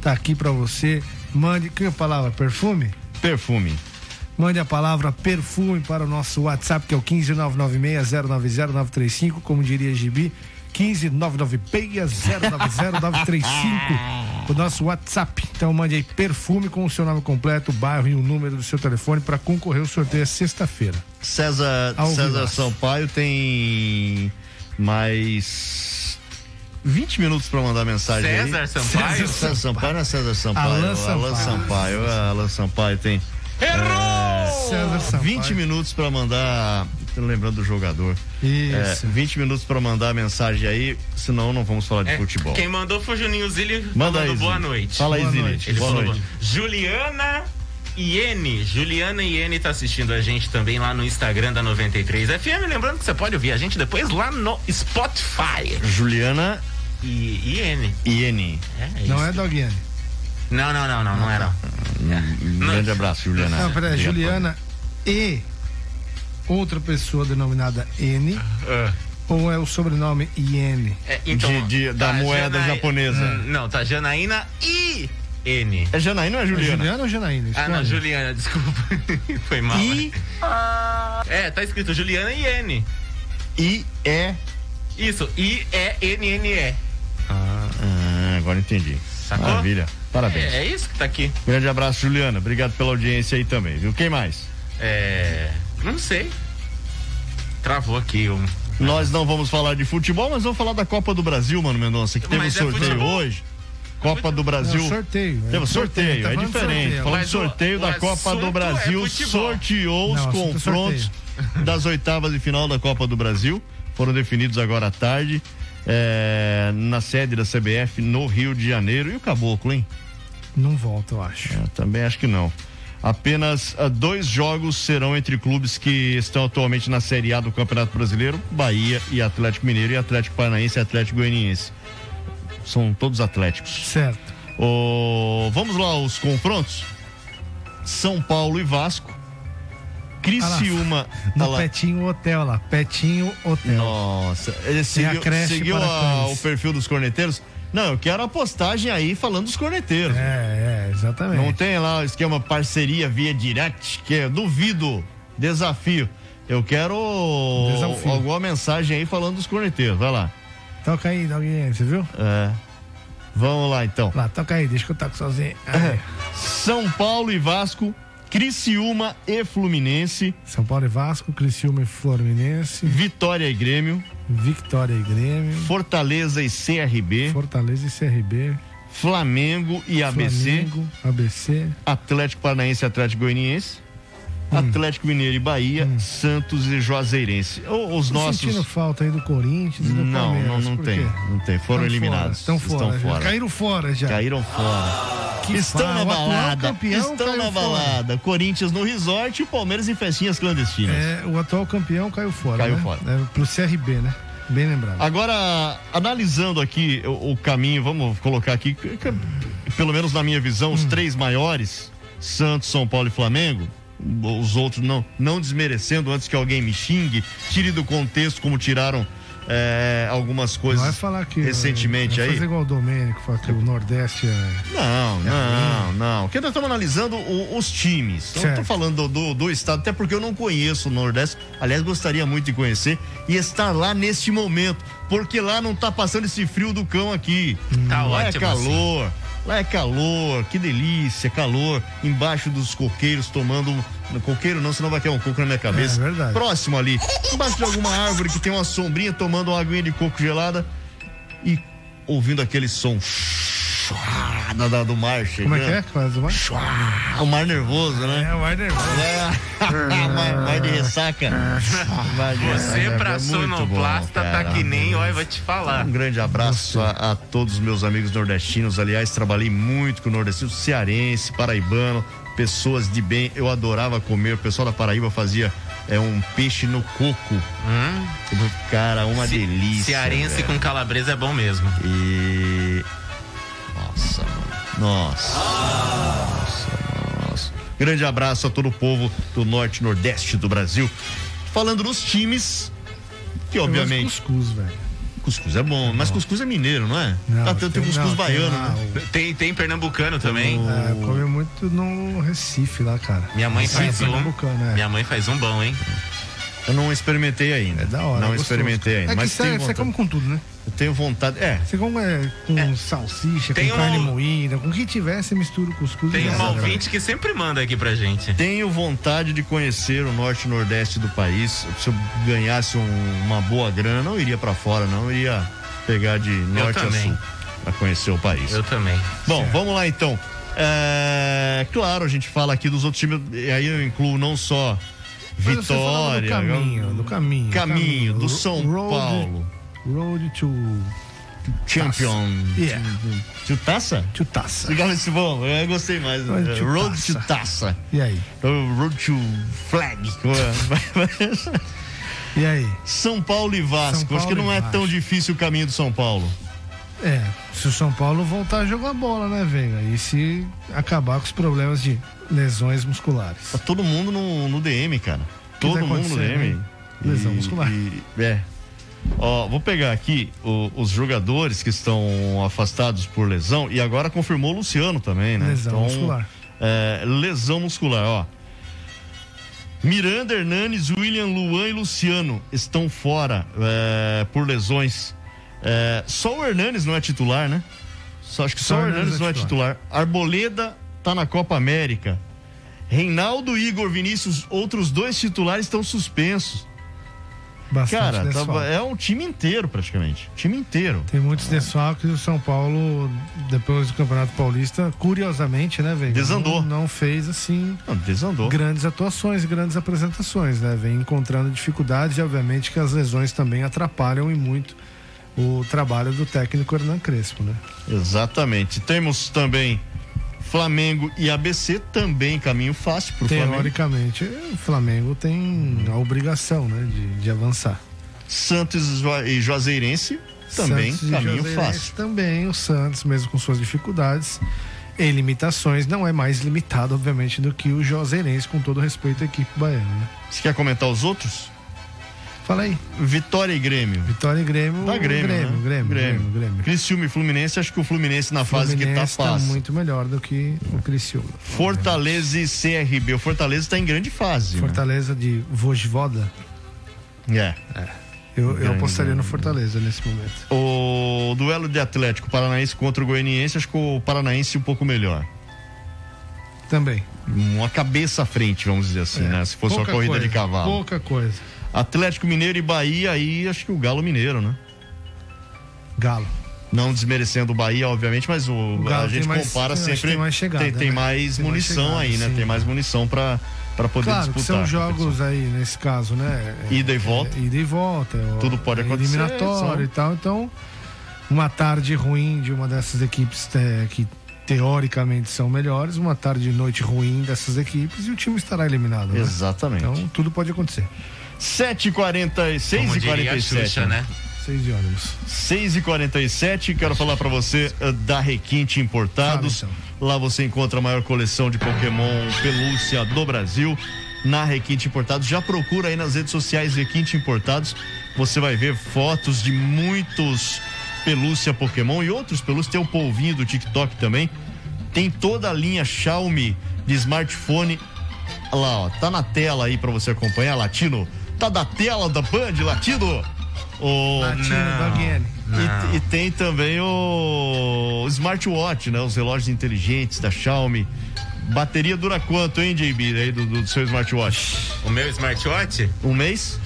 Speaker 11: Tá aqui pra você. Mande que palavra perfume?
Speaker 1: Perfume.
Speaker 11: Mande a palavra perfume para o nosso WhatsApp que é o 15996090935, como diria Gibi, 15996090935. O nosso WhatsApp. Então mande aí perfume com o seu nome completo, o bairro e o número do seu telefone para concorrer ao sorteio é sexta-feira.
Speaker 1: César,
Speaker 11: Ao
Speaker 1: César
Speaker 11: vivaço.
Speaker 1: Sampaio tem mais 20 minutos pra mandar mensagem
Speaker 26: César
Speaker 1: aí.
Speaker 26: Sampaio?
Speaker 1: César Sampaio? não é César Sampaio.
Speaker 26: Alan
Speaker 1: Alan Sampaio. Alan Sampaio, tem. Errou!
Speaker 11: César Sampaio.
Speaker 1: 20 minutos pra mandar. Tô lembrando do jogador.
Speaker 11: Isso.
Speaker 1: É, 20 minutos pra mandar a mensagem aí, senão não vamos falar de
Speaker 26: É,
Speaker 1: futebol.
Speaker 26: Quem mandou foi o Juninho Zilli
Speaker 1: Manda
Speaker 26: falando
Speaker 1: aí,
Speaker 26: boa
Speaker 1: Zilli.
Speaker 26: noite.
Speaker 1: Fala aí,
Speaker 26: boa
Speaker 1: Zilli.
Speaker 26: noite. Ele
Speaker 1: Boa
Speaker 26: falou
Speaker 1: noite.
Speaker 26: boa- Juliana Iene. Juliana Iene tá assistindo a gente também lá no Instagram da 93 FM. Lembrando que você pode ouvir a gente depois lá no Spotify.
Speaker 1: Juliana
Speaker 26: I- Iene.
Speaker 1: Iene.
Speaker 11: Não é Doguiane.
Speaker 26: Não, não, não, não, não era.
Speaker 1: Um grande abraço, Juliana.
Speaker 11: Não, peraí,
Speaker 1: Obrigado.
Speaker 11: Juliana e outra pessoa denominada N ou é o sobrenome Iene?
Speaker 26: É, então,
Speaker 1: Ah. De- de- da moeda japonesa.
Speaker 26: Hum, Não, tá Janaína Iene.
Speaker 1: É Janaína ou é
Speaker 11: É
Speaker 1: Juliana?
Speaker 11: Juliana ou Janaína?
Speaker 26: Ah, não,
Speaker 11: Escolhe.
Speaker 26: Juliana, desculpa. Foi mal. né? É, tá escrito Juliana Iene.
Speaker 11: É
Speaker 1: I-E.
Speaker 26: Isso, I-E-N-N-E.
Speaker 1: Ah, ah, agora entendi.
Speaker 26: Sacou?
Speaker 1: Maravilha. Parabéns.
Speaker 5: É, é isso que tá aqui.
Speaker 1: Grande abraço, Juliana. Obrigado pela audiência aí também, viu? Quem mais?
Speaker 5: É. Não sei. Travou aqui um.
Speaker 1: Nós não vamos falar de futebol, mas vamos falar da Copa do Brasil, mano Mendonça, que teve um
Speaker 5: Mas é
Speaker 1: sorteio
Speaker 5: futebol.
Speaker 1: hoje. Copa do Brasil.
Speaker 11: Não, sorteio.
Speaker 1: Teve um sorteio,
Speaker 11: Tá
Speaker 1: é
Speaker 11: falando
Speaker 1: diferente.
Speaker 11: sorteio.
Speaker 1: Falando de
Speaker 11: Mas o-
Speaker 1: sorteio
Speaker 11: o
Speaker 1: da Copa
Speaker 11: assunto
Speaker 1: do
Speaker 11: é
Speaker 1: Brasil,
Speaker 11: futebol.
Speaker 1: sorteou os
Speaker 11: Não, assunto é
Speaker 1: confrontos das oitavas de final da Copa do Brasil. Foram definidos agora à tarde é, na sede da CBF no Rio de Janeiro. E o Caboclo, hein?
Speaker 11: Não volta, eu acho.
Speaker 1: Eu É, também acho que não. Apenas ah, dois jogos serão entre clubes que estão atualmente na Série A do Campeonato Brasileiro: Bahia e Atlético Mineiro, e Atlético Paranaense e Atlético Goianiense. São todos atléticos.
Speaker 11: Certo.
Speaker 1: vamos lá, os confrontos: São Paulo e Vasco. Criciúma.
Speaker 11: Ah,
Speaker 1: Olha
Speaker 11: No
Speaker 1: Tá lá.
Speaker 11: Petinho Hotel lá. Petinho Hotel.
Speaker 1: Nossa, ele seguiu,
Speaker 11: a creche
Speaker 1: seguiu
Speaker 11: para
Speaker 1: a-
Speaker 11: cães.
Speaker 1: o perfil dos corneteiros? Não, eu quero a postagem aí falando dos corneteiros.
Speaker 11: É, é, exatamente.
Speaker 1: Não tem lá o esquema parceria via direct, que eu duvido. Desafio. Eu quero
Speaker 11: Desafio.
Speaker 1: alguma mensagem aí falando dos corneteiros. Vai lá.
Speaker 11: Toca aí, alguém, você viu?
Speaker 1: É. Vamos lá então.
Speaker 11: Lá, toca aí, deixa que eu toco sozinho.
Speaker 1: É. São Paulo e Vasco, Criciúma e Fluminense,
Speaker 11: São Paulo e Vasco, Criciúma e Fluminense,
Speaker 1: Vitória e Grêmio,
Speaker 11: Vitória e Grêmio,
Speaker 1: Fortaleza e CRB,
Speaker 11: Fortaleza e CRB,
Speaker 1: Flamengo e ABC,
Speaker 11: Flamengo, ABC,
Speaker 1: Atlético Paranaense e Atlético Goianiense.
Speaker 11: Hum.
Speaker 1: Atlético Mineiro e Bahia, Santos e Juazeirense. O- os
Speaker 11: Tô
Speaker 1: nossos.
Speaker 11: Sentindo falta aí do Corinthians e
Speaker 1: Não,
Speaker 11: do
Speaker 1: não,
Speaker 11: Palmeiras.
Speaker 1: não
Speaker 11: por
Speaker 1: tem.
Speaker 11: quê?
Speaker 1: Não tem. Foram
Speaker 11: Tão
Speaker 1: eliminados.
Speaker 11: Fora, estão fora.
Speaker 1: Estão
Speaker 11: já.
Speaker 1: fora.
Speaker 11: Caíram fora já.
Speaker 1: Caíram fora.
Speaker 11: É. Que
Speaker 1: Estão
Speaker 11: fa-
Speaker 1: na
Speaker 11: o atual
Speaker 1: balada.
Speaker 11: campeão
Speaker 1: Estão
Speaker 11: caiu
Speaker 1: na
Speaker 11: fora.
Speaker 1: balada. Corinthians no resort e o Palmeiras em festinhas clandestinas.
Speaker 11: É, o atual campeão caiu fora.
Speaker 1: Caiu
Speaker 11: né?
Speaker 1: fora. Ah,
Speaker 11: É, pro CRB, né? Bem lembrado.
Speaker 1: Agora, analisando aqui o, o caminho, vamos colocar aqui, que- que- pelo menos na minha visão,
Speaker 11: Hum.
Speaker 1: os três maiores, Santos, São Paulo e Flamengo, os outros não, não desmerecendo antes que alguém me xingue, tire do contexto como tiraram é, algumas coisas
Speaker 11: Não vai falar que.
Speaker 1: recentemente
Speaker 11: vai
Speaker 1: aí.
Speaker 11: Fazer igual o Domênico, falar que o Nordeste é.
Speaker 1: Não, não, não. Porque nós estamos analisando o- os times. Então, Eu não estou
Speaker 11: Certo.
Speaker 1: falando do, do- do estado, até porque eu não conheço o Nordeste. Aliás, gostaria muito de conhecer e estar lá neste momento. Porque lá não tá passando esse frio do cão aqui.
Speaker 11: Hum.
Speaker 5: Tá
Speaker 1: lá é
Speaker 5: ótimo
Speaker 11: assim.
Speaker 1: calor. Lá é calor, que delícia, calor. Embaixo dos coqueiros, tomando. um- Coqueiro não, senão vai cair um coco na minha cabeça.
Speaker 11: É, é verdade.
Speaker 1: Próximo ali, embaixo de alguma árvore que tem uma sombrinha, tomando uma aguinha de coco gelada e ouvindo aquele som Chua, da, da- do mar chegando.
Speaker 11: Como é que é? Faz uma...
Speaker 1: Ah, o mar nervoso, né?
Speaker 11: É, o mar nervoso.
Speaker 1: É. mar, mar de ressaca.
Speaker 11: É.
Speaker 1: Mar de
Speaker 5: Você
Speaker 1: ressaca,
Speaker 5: pra
Speaker 1: é muito
Speaker 5: sonoplasta
Speaker 1: bom,
Speaker 5: tá
Speaker 1: cara.
Speaker 5: que nem, ó, eu vou te falar.
Speaker 1: Um grande abraço a, a todos os meus amigos nordestinos. Aliás, trabalhei muito com nordestinos, cearense, paraibano, pessoas de bem. Eu adorava comer. O pessoal da Paraíba fazia é, um peixe no coco. Cara, uma
Speaker 5: Hum? Ce-
Speaker 1: delícia.
Speaker 5: Cearense
Speaker 1: velho.
Speaker 5: com calabresa é bom mesmo.
Speaker 1: E. Nossa, mano. Nossa. Nossa, nossa. Grande abraço a todo o povo do norte e nordeste do Brasil. Falando nos times, que obviamente.
Speaker 11: Cuscuz, velho.
Speaker 1: Cuscuz é bom, mas cuscuz é mineiro, não é?
Speaker 11: Não,
Speaker 1: tá tanto tem
Speaker 11: tem-
Speaker 1: cuscuz
Speaker 11: não, tem
Speaker 1: baiano,
Speaker 11: lá
Speaker 1: né?
Speaker 5: Tem, tem pernambucano também.
Speaker 11: É, eu comi muito no Recife lá, cara.
Speaker 5: Minha mãe
Speaker 11: Recife,
Speaker 1: né?
Speaker 5: faz um.
Speaker 11: Pernambucano, é.
Speaker 5: Minha mãe faz um bom, hein?
Speaker 1: Eu não experimentei ainda.
Speaker 11: É Da hora,
Speaker 1: Não
Speaker 11: gostoso,
Speaker 1: experimentei
Speaker 11: cara.
Speaker 1: ainda,
Speaker 11: É
Speaker 1: mas
Speaker 11: que
Speaker 1: tenho
Speaker 11: você, você
Speaker 1: vontade.
Speaker 11: come com tudo, né?
Speaker 1: Eu tenho vontade. É,
Speaker 11: Você come é, com salsicha,
Speaker 5: Tem
Speaker 11: com
Speaker 5: um-
Speaker 11: carne moída, com o que tiver, você mistura o cuscuz. e
Speaker 5: Tem
Speaker 11: já
Speaker 5: um
Speaker 11: era,
Speaker 5: ouvinte que sempre manda aqui pra gente.
Speaker 1: Tenho vontade de conhecer o norte e nordeste do país. Se eu ganhasse um- uma boa grana, não iria pra fora, não. Eu iria pegar de norte a
Speaker 5: também.
Speaker 1: sul pra conhecer o país.
Speaker 5: Eu também.
Speaker 1: Bom, vamos lá então. É, claro, a gente fala aqui dos outros times, e aí eu incluo não só
Speaker 11: Mas você falava
Speaker 1: Vitória,
Speaker 11: Do caminho, do caminho.
Speaker 1: Caminho, do São
Speaker 11: Road-
Speaker 1: Paulo.
Speaker 11: Road to.
Speaker 1: Champion.
Speaker 11: Yeah.
Speaker 1: To Taça?
Speaker 11: To Taça.
Speaker 1: Legal esse bom, eu gostei mais. eh,
Speaker 11: Road to
Speaker 1: Road
Speaker 11: Taça.
Speaker 1: to Taça.
Speaker 11: E aí?
Speaker 1: Road to é? Flag.
Speaker 11: E aí?
Speaker 1: São Paulo e Vasco.
Speaker 11: Paulo
Speaker 1: Acho que não
Speaker 11: e
Speaker 1: é
Speaker 11: Vasco.
Speaker 1: tão difícil o caminho do São Paulo.
Speaker 11: É, se o São Paulo voltar a jogar bola, né, Veiga? E se acabar com os problemas de lesões musculares.
Speaker 1: Tá todo mundo no, no DM, cara.
Speaker 11: Que
Speaker 1: Todo
Speaker 11: tá
Speaker 1: mundo no
Speaker 11: acontecendo,
Speaker 1: DM.
Speaker 11: né? Lesão
Speaker 1: E-
Speaker 11: muscular.
Speaker 1: e- é. Ó, vou pegar aqui o- os jogadores que estão afastados por lesão e agora confirmou o Luciano também, né?
Speaker 11: Lesão muscular.
Speaker 1: é, lesão muscular, ó. Miranda, Hernanes, William, Luan e Luciano estão fora é, por lesões. É, só o Hernanes não é titular, né? Só, acho que só, só Hernandes não é titular. Arboleda tá na Copa América. Reinaldo, Igor, Vinícius, outros dois titulares estão suspensos.
Speaker 11: Bastante
Speaker 1: Cara, tava- é um time inteiro praticamente. Time inteiro.
Speaker 11: Tem muitos desfalques e o São Paulo, depois do Campeonato Paulista, curiosamente, né, velho?
Speaker 1: Desandou.
Speaker 11: Não, não fez assim.
Speaker 1: desandou.
Speaker 11: Grandes atuações, grandes apresentações, né? Vem encontrando dificuldades e, obviamente, que as lesões também atrapalham e muito o trabalho do técnico Hernan Crespo, né?
Speaker 1: Exatamente. Temos também Flamengo e ABC, também caminho fácil pro Flamengo. Hum.
Speaker 11: Teoricamente, o Flamengo tem a obrigação, né, de, de avançar.
Speaker 1: Santos e Juá- e Juazeirense, também
Speaker 11: Santos e
Speaker 1: caminho
Speaker 11: Juazeirense
Speaker 1: fácil.
Speaker 11: Também o Santos, mesmo com suas dificuldades e limitações, não é mais limitado, obviamente, do que o Joseirense, com todo respeito à equipe baiana. Né?
Speaker 1: Você quer comentar os outros?
Speaker 11: Fala aí.
Speaker 1: Vitória e Grêmio.
Speaker 11: Vitória e Grêmio.
Speaker 1: Tá Grêmio,
Speaker 11: Hum, Grêmio,
Speaker 1: né?
Speaker 11: Grêmio, Grêmio, Grêmio.
Speaker 1: Criciúma e Fluminense, acho que o Fluminense na fase que tá
Speaker 11: Fluminense tá
Speaker 1: fácil.
Speaker 11: muito melhor do que o Criciúma.
Speaker 1: Fortaleza e CRB. O Fortaleza tá em grande fase. né?
Speaker 11: Fortaleza de Vojvoda.
Speaker 1: É.
Speaker 11: Eu, eu
Speaker 1: Grande,
Speaker 11: apostaria no Fortaleza nesse momento.
Speaker 1: O duelo de Atlético Paranaense contra o Goianiense, acho que o Paranaense um pouco melhor.
Speaker 11: Também.
Speaker 1: Uma cabeça à frente, vamos dizer assim, né? Se fosse
Speaker 11: É. Pouca
Speaker 1: uma corrida
Speaker 11: coisa,
Speaker 1: de cavalo.
Speaker 11: Pouca coisa.
Speaker 1: Atlético Mineiro e Bahia, aí acho que o Galo Mineiro, né?
Speaker 11: Galo.
Speaker 1: Não desmerecendo o Bahia, obviamente, mas o, a
Speaker 11: Galo
Speaker 1: gente
Speaker 11: tem mais-
Speaker 1: compara
Speaker 11: eu acho que
Speaker 1: sempre.
Speaker 11: tem mais chegada,
Speaker 1: tem, tem
Speaker 11: né?
Speaker 1: mais
Speaker 11: Tem mais
Speaker 1: munição
Speaker 11: chegada,
Speaker 1: aí, né?
Speaker 11: sim.
Speaker 1: Tem mais munição pra, pra poder
Speaker 11: claro, que
Speaker 1: disputar. né,
Speaker 11: são jogos aí, nesse caso, né? É,
Speaker 1: Ida e volta.
Speaker 11: é, ida e volta. é,
Speaker 1: Tudo pode
Speaker 11: é
Speaker 1: acontecer, são-
Speaker 11: Eliminatório e tal. Então, uma tarde ruim de uma dessas equipes é, que teoricamente são melhores, uma tarde e noite ruim dessas equipes e o time estará eliminado. né?
Speaker 1: Exatamente.
Speaker 11: Então, tudo pode acontecer.
Speaker 1: 7h46
Speaker 11: Como
Speaker 1: e
Speaker 11: diria a
Speaker 1: 47.
Speaker 11: Xuxa, né? Seis de ônibus.
Speaker 1: 6 e 47 quero falar pra você eh, da Requinte Importados. Lá você encontra a maior coleção de Pokémon pelúcia do Brasil na Requinte Importados. Já procura aí nas redes sociais Requinte Importados. Você vai ver fotos de muitos pelúcia Pokémon e outros pelúcias. Tem o polvinho do TikTok também. Tem toda a linha Xiaomi de smartphone. Olha lá, ó, tá na tela aí pra você acompanhar, Latino. Tá da tela da Band, Latino. O...
Speaker 11: Latino, Não, Dogiene.
Speaker 1: E- E, tem também o... o smartwatch, né? Os relógios inteligentes da Xiaomi. Bateria dura quanto, hein, JB, aí do, do seu smartwatch?
Speaker 5: O meu smartwatch?
Speaker 1: Um mês?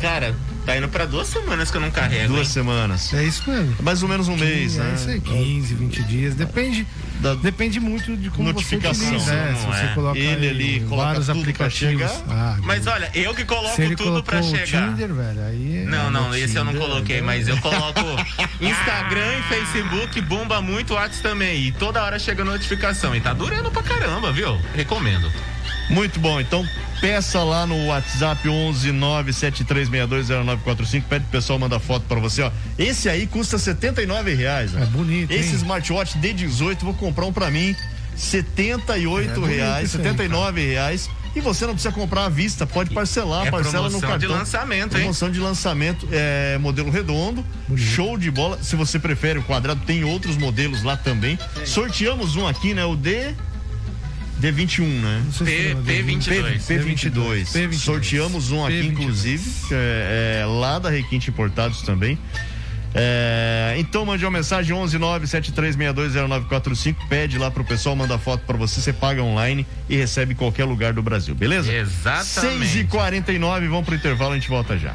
Speaker 5: Cara, tá indo pra duas semanas que eu não carrego.
Speaker 1: Duas semanas.
Speaker 11: É isso mesmo.
Speaker 1: Mais ou menos um mês,
Speaker 11: é
Speaker 1: né?
Speaker 11: isso aí, 15, 20 dias. Depende, depende muito de como
Speaker 1: notificação,
Speaker 11: você utiliza. É, se
Speaker 1: não
Speaker 11: você
Speaker 1: é?
Speaker 11: coloca
Speaker 1: Ele ali
Speaker 11: aí
Speaker 1: coloca
Speaker 11: vários
Speaker 1: tudo pra
Speaker 11: aplicativos.
Speaker 1: chegar.
Speaker 11: Ah,
Speaker 5: Mas olha, eu que coloco
Speaker 11: se ele
Speaker 5: tudo pra
Speaker 11: colocou o
Speaker 5: chegar.
Speaker 11: Tinder, velho, aí é-
Speaker 5: Não, não,
Speaker 11: no
Speaker 5: esse eu não
Speaker 11: Tinder,
Speaker 5: coloquei,
Speaker 11: né?
Speaker 5: mas eu coloco Instagram e Facebook, bomba muito, WhatsApp também. E toda hora chega notificação. E tá durando pra caramba, viu? Recomendo.
Speaker 1: Muito bom, então peça lá no WhatsApp 11 973620945. Pede pro pessoal mandar foto pra você, ó. Esse aí custa R$ 79 reais. É
Speaker 11: bonito.
Speaker 1: Esse smartwatch D18, vou comprar um pra mim. R$ 78
Speaker 5: É bonito
Speaker 1: reais,
Speaker 5: isso aí,
Speaker 1: 79 reais. E você não precisa comprar à vista, pode parcelar,
Speaker 5: É
Speaker 1: parcela no
Speaker 5: promoção
Speaker 1: cartão.
Speaker 5: de lançamento, hein?
Speaker 1: Promoção de lançamento, é, modelo redondo, show de bola. Se você prefere o quadrado, tem outros modelos lá também. Sorteamos um aqui, né? O D. D21, né?
Speaker 5: P- P22.
Speaker 1: P, 22 Sorteamos um aqui, inclusive, é, é, lá da Requinte Importados também. É, então mande uma mensagem 11973620945, pede lá pro pessoal, manda foto pra você, você paga online e recebe em qualquer lugar do Brasil, beleza?
Speaker 5: Exatamente.
Speaker 1: 6h49, vamos pro intervalo, a gente volta já.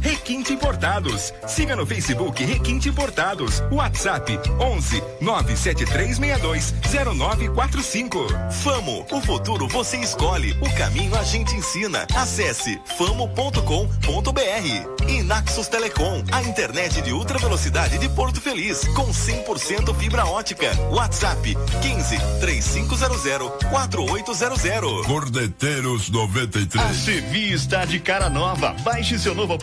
Speaker 3: Requinte Importados. Siga no Facebook Requinte Importados. WhatsApp 11 97362 0945.
Speaker 4: Famo, o futuro você escolhe, o caminho a gente ensina. Acesse famo.com.br e Naxos Telecom, a internet de ultra velocidade de Porto Feliz, com 100% fibra ótica. WhatsApp 15 3500 4800.
Speaker 24: Cordeteiros 93.
Speaker 20: A Sevi está de cara nova. Baixe seu novo aplicativo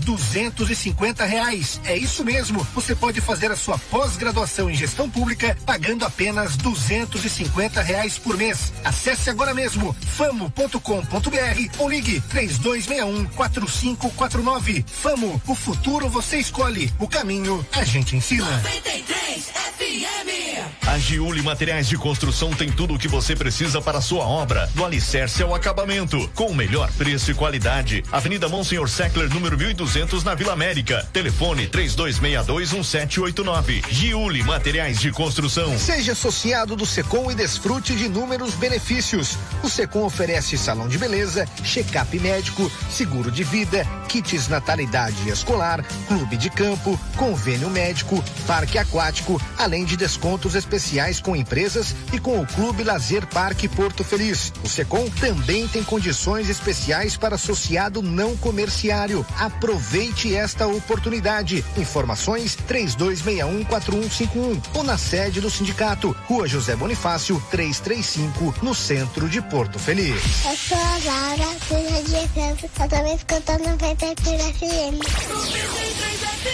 Speaker 7: duzentos e reais. É isso mesmo, você pode fazer a sua pós-graduação em gestão pública pagando apenas duzentos e reais por mês. Acesse agora mesmo famo.com.br ou ligue três dois um Famo, o futuro você escolhe, o caminho a gente ensina.
Speaker 2: 93 FM.
Speaker 20: A Giuli Materiais de Construção tem tudo o que você precisa para a sua obra, do alicerce ao acabamento, com o melhor preço e qualidade. Avenida Monsenhor Seckler, número 1200, na Vila América. Telefone 32621789. Giuli Materiais de Construção.
Speaker 21: Seja associado do Secom e desfrute de inúmeros benefícios. O Secom oferece salão de beleza, check-up médico, seguro de vida, kits natalidade escolar, clube de campo, convênio médico, parque aquático, além de descontos especiais com empresas e com o Clube Lazer Parque Porto Feliz. O Secom também tem condições especiais para associado não comerciário. Aproveite esta oportunidade. Informações 32614151 ou na sede do sindicato, Rua José Bonifácio, 335, no centro de Porto Feliz.
Speaker 27: Eu sou a Laura, seja de evento, toda vez cantando 93 FM.
Speaker 2: 93 FM.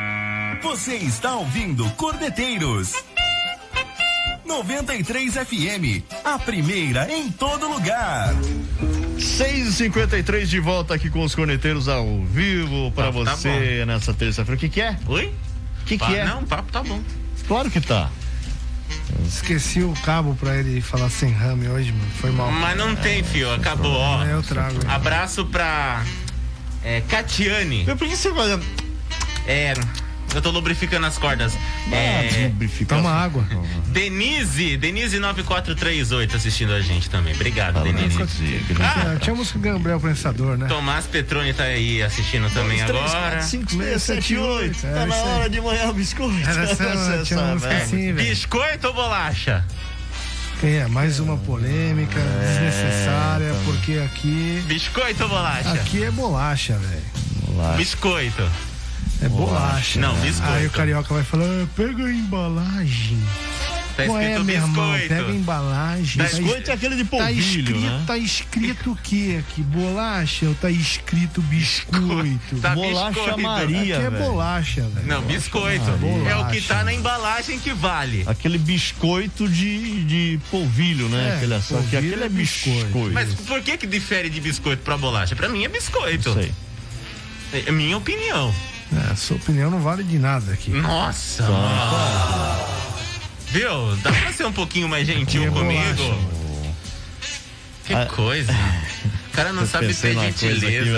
Speaker 4: Você está ouvindo Cordeteiros 93 FM, a primeira em todo lugar.
Speaker 1: 6h53 de volta aqui com os corneteiros ao vivo pra
Speaker 5: Tá- tá
Speaker 1: você nessa terça-feira. O que, que é?
Speaker 5: Oi?
Speaker 1: O que, que é?
Speaker 5: Não, o papo tá bom.
Speaker 1: Claro que tá.
Speaker 11: Esqueci o cabo pra ele falar sem rame hoje, mano. Foi mal.
Speaker 5: Mas não tem, fio. Acabou, ó.
Speaker 11: Eu trago.
Speaker 5: Abraço pra é, Catiane.
Speaker 1: Por que você faz...
Speaker 5: É, eu tô lubrificando as cordas.
Speaker 1: É,
Speaker 11: Toma água.
Speaker 5: Denise, Denise 9438 assistindo a gente também. Obrigado, Denise.
Speaker 11: Ah, tinha a música Gambrel Prensador, né?
Speaker 5: Tomás Petroni tá aí assistindo também
Speaker 11: Dois, três,
Speaker 5: agora.
Speaker 11: quatro, cinco, seis, sete, oito.
Speaker 1: Tá
Speaker 11: É,
Speaker 1: na
Speaker 11: isso aí.
Speaker 1: hora de manhar o biscoito.
Speaker 11: Era essa-
Speaker 1: Você
Speaker 11: tinha uma
Speaker 1: sabe,
Speaker 11: música
Speaker 1: né?
Speaker 11: assim, velho.
Speaker 5: Biscoito ou bolacha?
Speaker 11: Tem, é, mais uma polêmica desnecessária, porque aqui.
Speaker 5: É, tá Biscoito ou bolacha?
Speaker 11: Aqui é bolacha, velho.
Speaker 5: Biscoito.
Speaker 11: É bolacha.
Speaker 5: Não,
Speaker 11: né?
Speaker 5: biscoito.
Speaker 11: Aí o carioca vai falar, "Ah, pega a embalagem.
Speaker 5: Tá
Speaker 11: Qual é,
Speaker 5: escrito
Speaker 11: meu irmão?
Speaker 5: biscoito.
Speaker 11: Pega a embalagem.
Speaker 5: Tá
Speaker 11: Tá es-
Speaker 5: biscoito é aquele de
Speaker 11: Tá
Speaker 5: polvilho,
Speaker 11: escrito,
Speaker 5: né?
Speaker 11: tá escrito o que aqui? Bolacha ou tá escrito biscoito?
Speaker 5: Tá Bolacha biscoito. Maria,
Speaker 11: Aqui é
Speaker 5: velho.
Speaker 11: bolacha, velho.
Speaker 5: Não, biscoito.
Speaker 11: Maria.
Speaker 5: É o que tá na embalagem que vale.
Speaker 1: Aquele biscoito de, de polvilho, né?
Speaker 5: É,
Speaker 1: aquele, só que
Speaker 5: polvilho
Speaker 1: aquele
Speaker 5: é
Speaker 1: é biscoito.
Speaker 5: Mas por que que difere de biscoito pra bolacha? Pra mim é biscoito.
Speaker 1: Não sei.
Speaker 5: É é minha opinião.
Speaker 11: É, sua opinião não vale de nada aqui.
Speaker 5: Nossa! Viu? Dá pra ser um pouquinho mais
Speaker 11: é
Speaker 5: gentil comigo? Que coisa. O cara não
Speaker 1: Eu
Speaker 5: sabe
Speaker 1: pensei
Speaker 5: ter
Speaker 1: numa coisa aqui,
Speaker 5: gentileza.
Speaker 1: velho.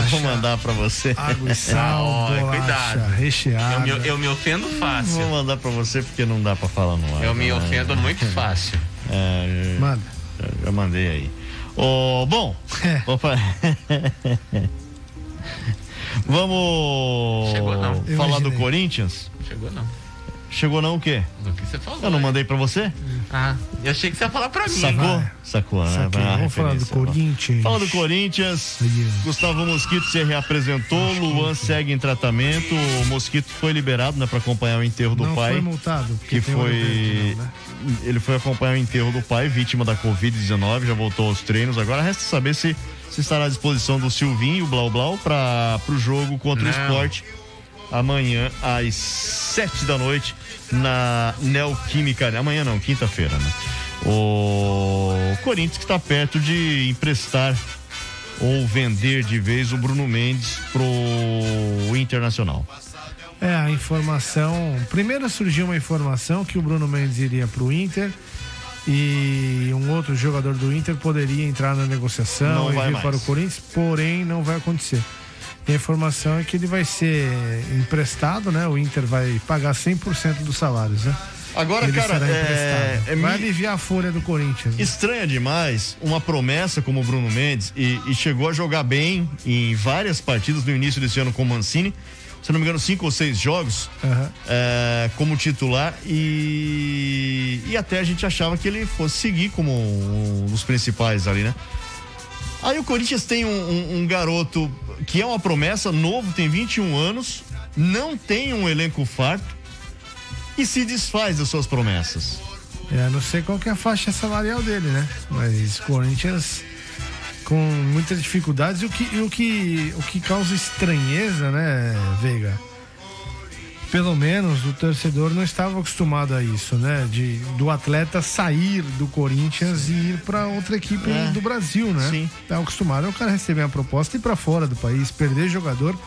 Speaker 1: Eu vou mandar pra você.
Speaker 11: Água e sal,
Speaker 5: Ó, é
Speaker 11: bolacha,
Speaker 5: cuidado. Eu
Speaker 11: recheada.
Speaker 5: me, eu me ofendo fácil.
Speaker 1: Vou mandar pra você porque não dá pra falar no ar.
Speaker 5: Eu me ofendo muito fácil.
Speaker 1: É,
Speaker 11: Manda.
Speaker 1: Eu, eu mandei aí. Ô, bom. vou fa- Vamos
Speaker 5: Chegou não.
Speaker 1: falar do
Speaker 5: Imaginei.
Speaker 1: Corinthians?
Speaker 5: Chegou não.
Speaker 1: Chegou não o quê?
Speaker 5: Do que você falou? né?
Speaker 1: Eu não mandei pra você?
Speaker 5: Ah, eu achei que você ia falar pra mim.
Speaker 1: Sacou? Sacou, né?
Speaker 5: Saquei.
Speaker 1: Vai lá,
Speaker 5: Vamos falar do é.
Speaker 1: referência, vai lá.
Speaker 11: Corinthians.
Speaker 1: Fala do Corinthians. Gustavo Mosquito se reapresentou. Luan segue em tratamento. O Mosquito foi liberado, né? Pra acompanhar o enterro do
Speaker 11: Não
Speaker 1: pai.
Speaker 11: foi multado, porque
Speaker 1: Que
Speaker 11: tem um hora
Speaker 1: foi.
Speaker 11: né?
Speaker 1: Ele foi acompanhar o enterro do pai, vítima da Covid-19. Já voltou aos treinos. Agora resta saber se, se estará à disposição do Silvinho e o Blau Blau pra, pro jogo contra
Speaker 5: Não.
Speaker 1: o esporte. Amanhã às sete da noite na Neoquímica. Arena. Amanhã não, quinta-feira, né? O Corinthians que está perto de emprestar ou vender de vez o Bruno Mendes pro Internacional.
Speaker 11: É, a informação. Primeiro surgiu uma informação que o Bruno Mendes iria para o Inter e um outro jogador do Inter poderia entrar na negociação
Speaker 1: Não
Speaker 11: e
Speaker 1: vai
Speaker 11: vir
Speaker 1: mais.
Speaker 11: para o Corinthians, porém não vai acontecer. E a informação é que ele vai ser emprestado, né? O Inter vai pagar 100% dos salários, né?
Speaker 1: Agora,
Speaker 11: ele
Speaker 1: cara,
Speaker 11: será
Speaker 1: é,
Speaker 11: emprestado.
Speaker 1: é
Speaker 11: vai
Speaker 1: mi-
Speaker 11: aliviar a folha do Corinthians. né?
Speaker 1: Estranha demais uma promessa como o Bruno Mendes e, e chegou a jogar bem em várias partidas no início desse ano com o Mancini. Se não me engano, cinco ou seis jogos
Speaker 11: Aham.
Speaker 1: é, como titular e, e até a gente achava que ele fosse seguir como um dos principais ali, né? Aí o Corinthians tem um, um- um garoto que é uma promessa, novo, tem 21 anos, não tem um elenco farto e se desfaz das suas promessas.
Speaker 11: É, não sei qual que é a faixa salarial dele, né? Mas Corinthians com muitas dificuldades e o que, e o que, o que causa estranheza, né, Veiga? Pelo menos o torcedor não estava acostumado a isso, né? De, do atleta sair do Corinthians e ir para outra equipe
Speaker 1: É.
Speaker 11: do Brasil, né?
Speaker 1: Sim.
Speaker 11: Tá acostumado é o cara receber uma proposta e ir para fora do país, perder jogador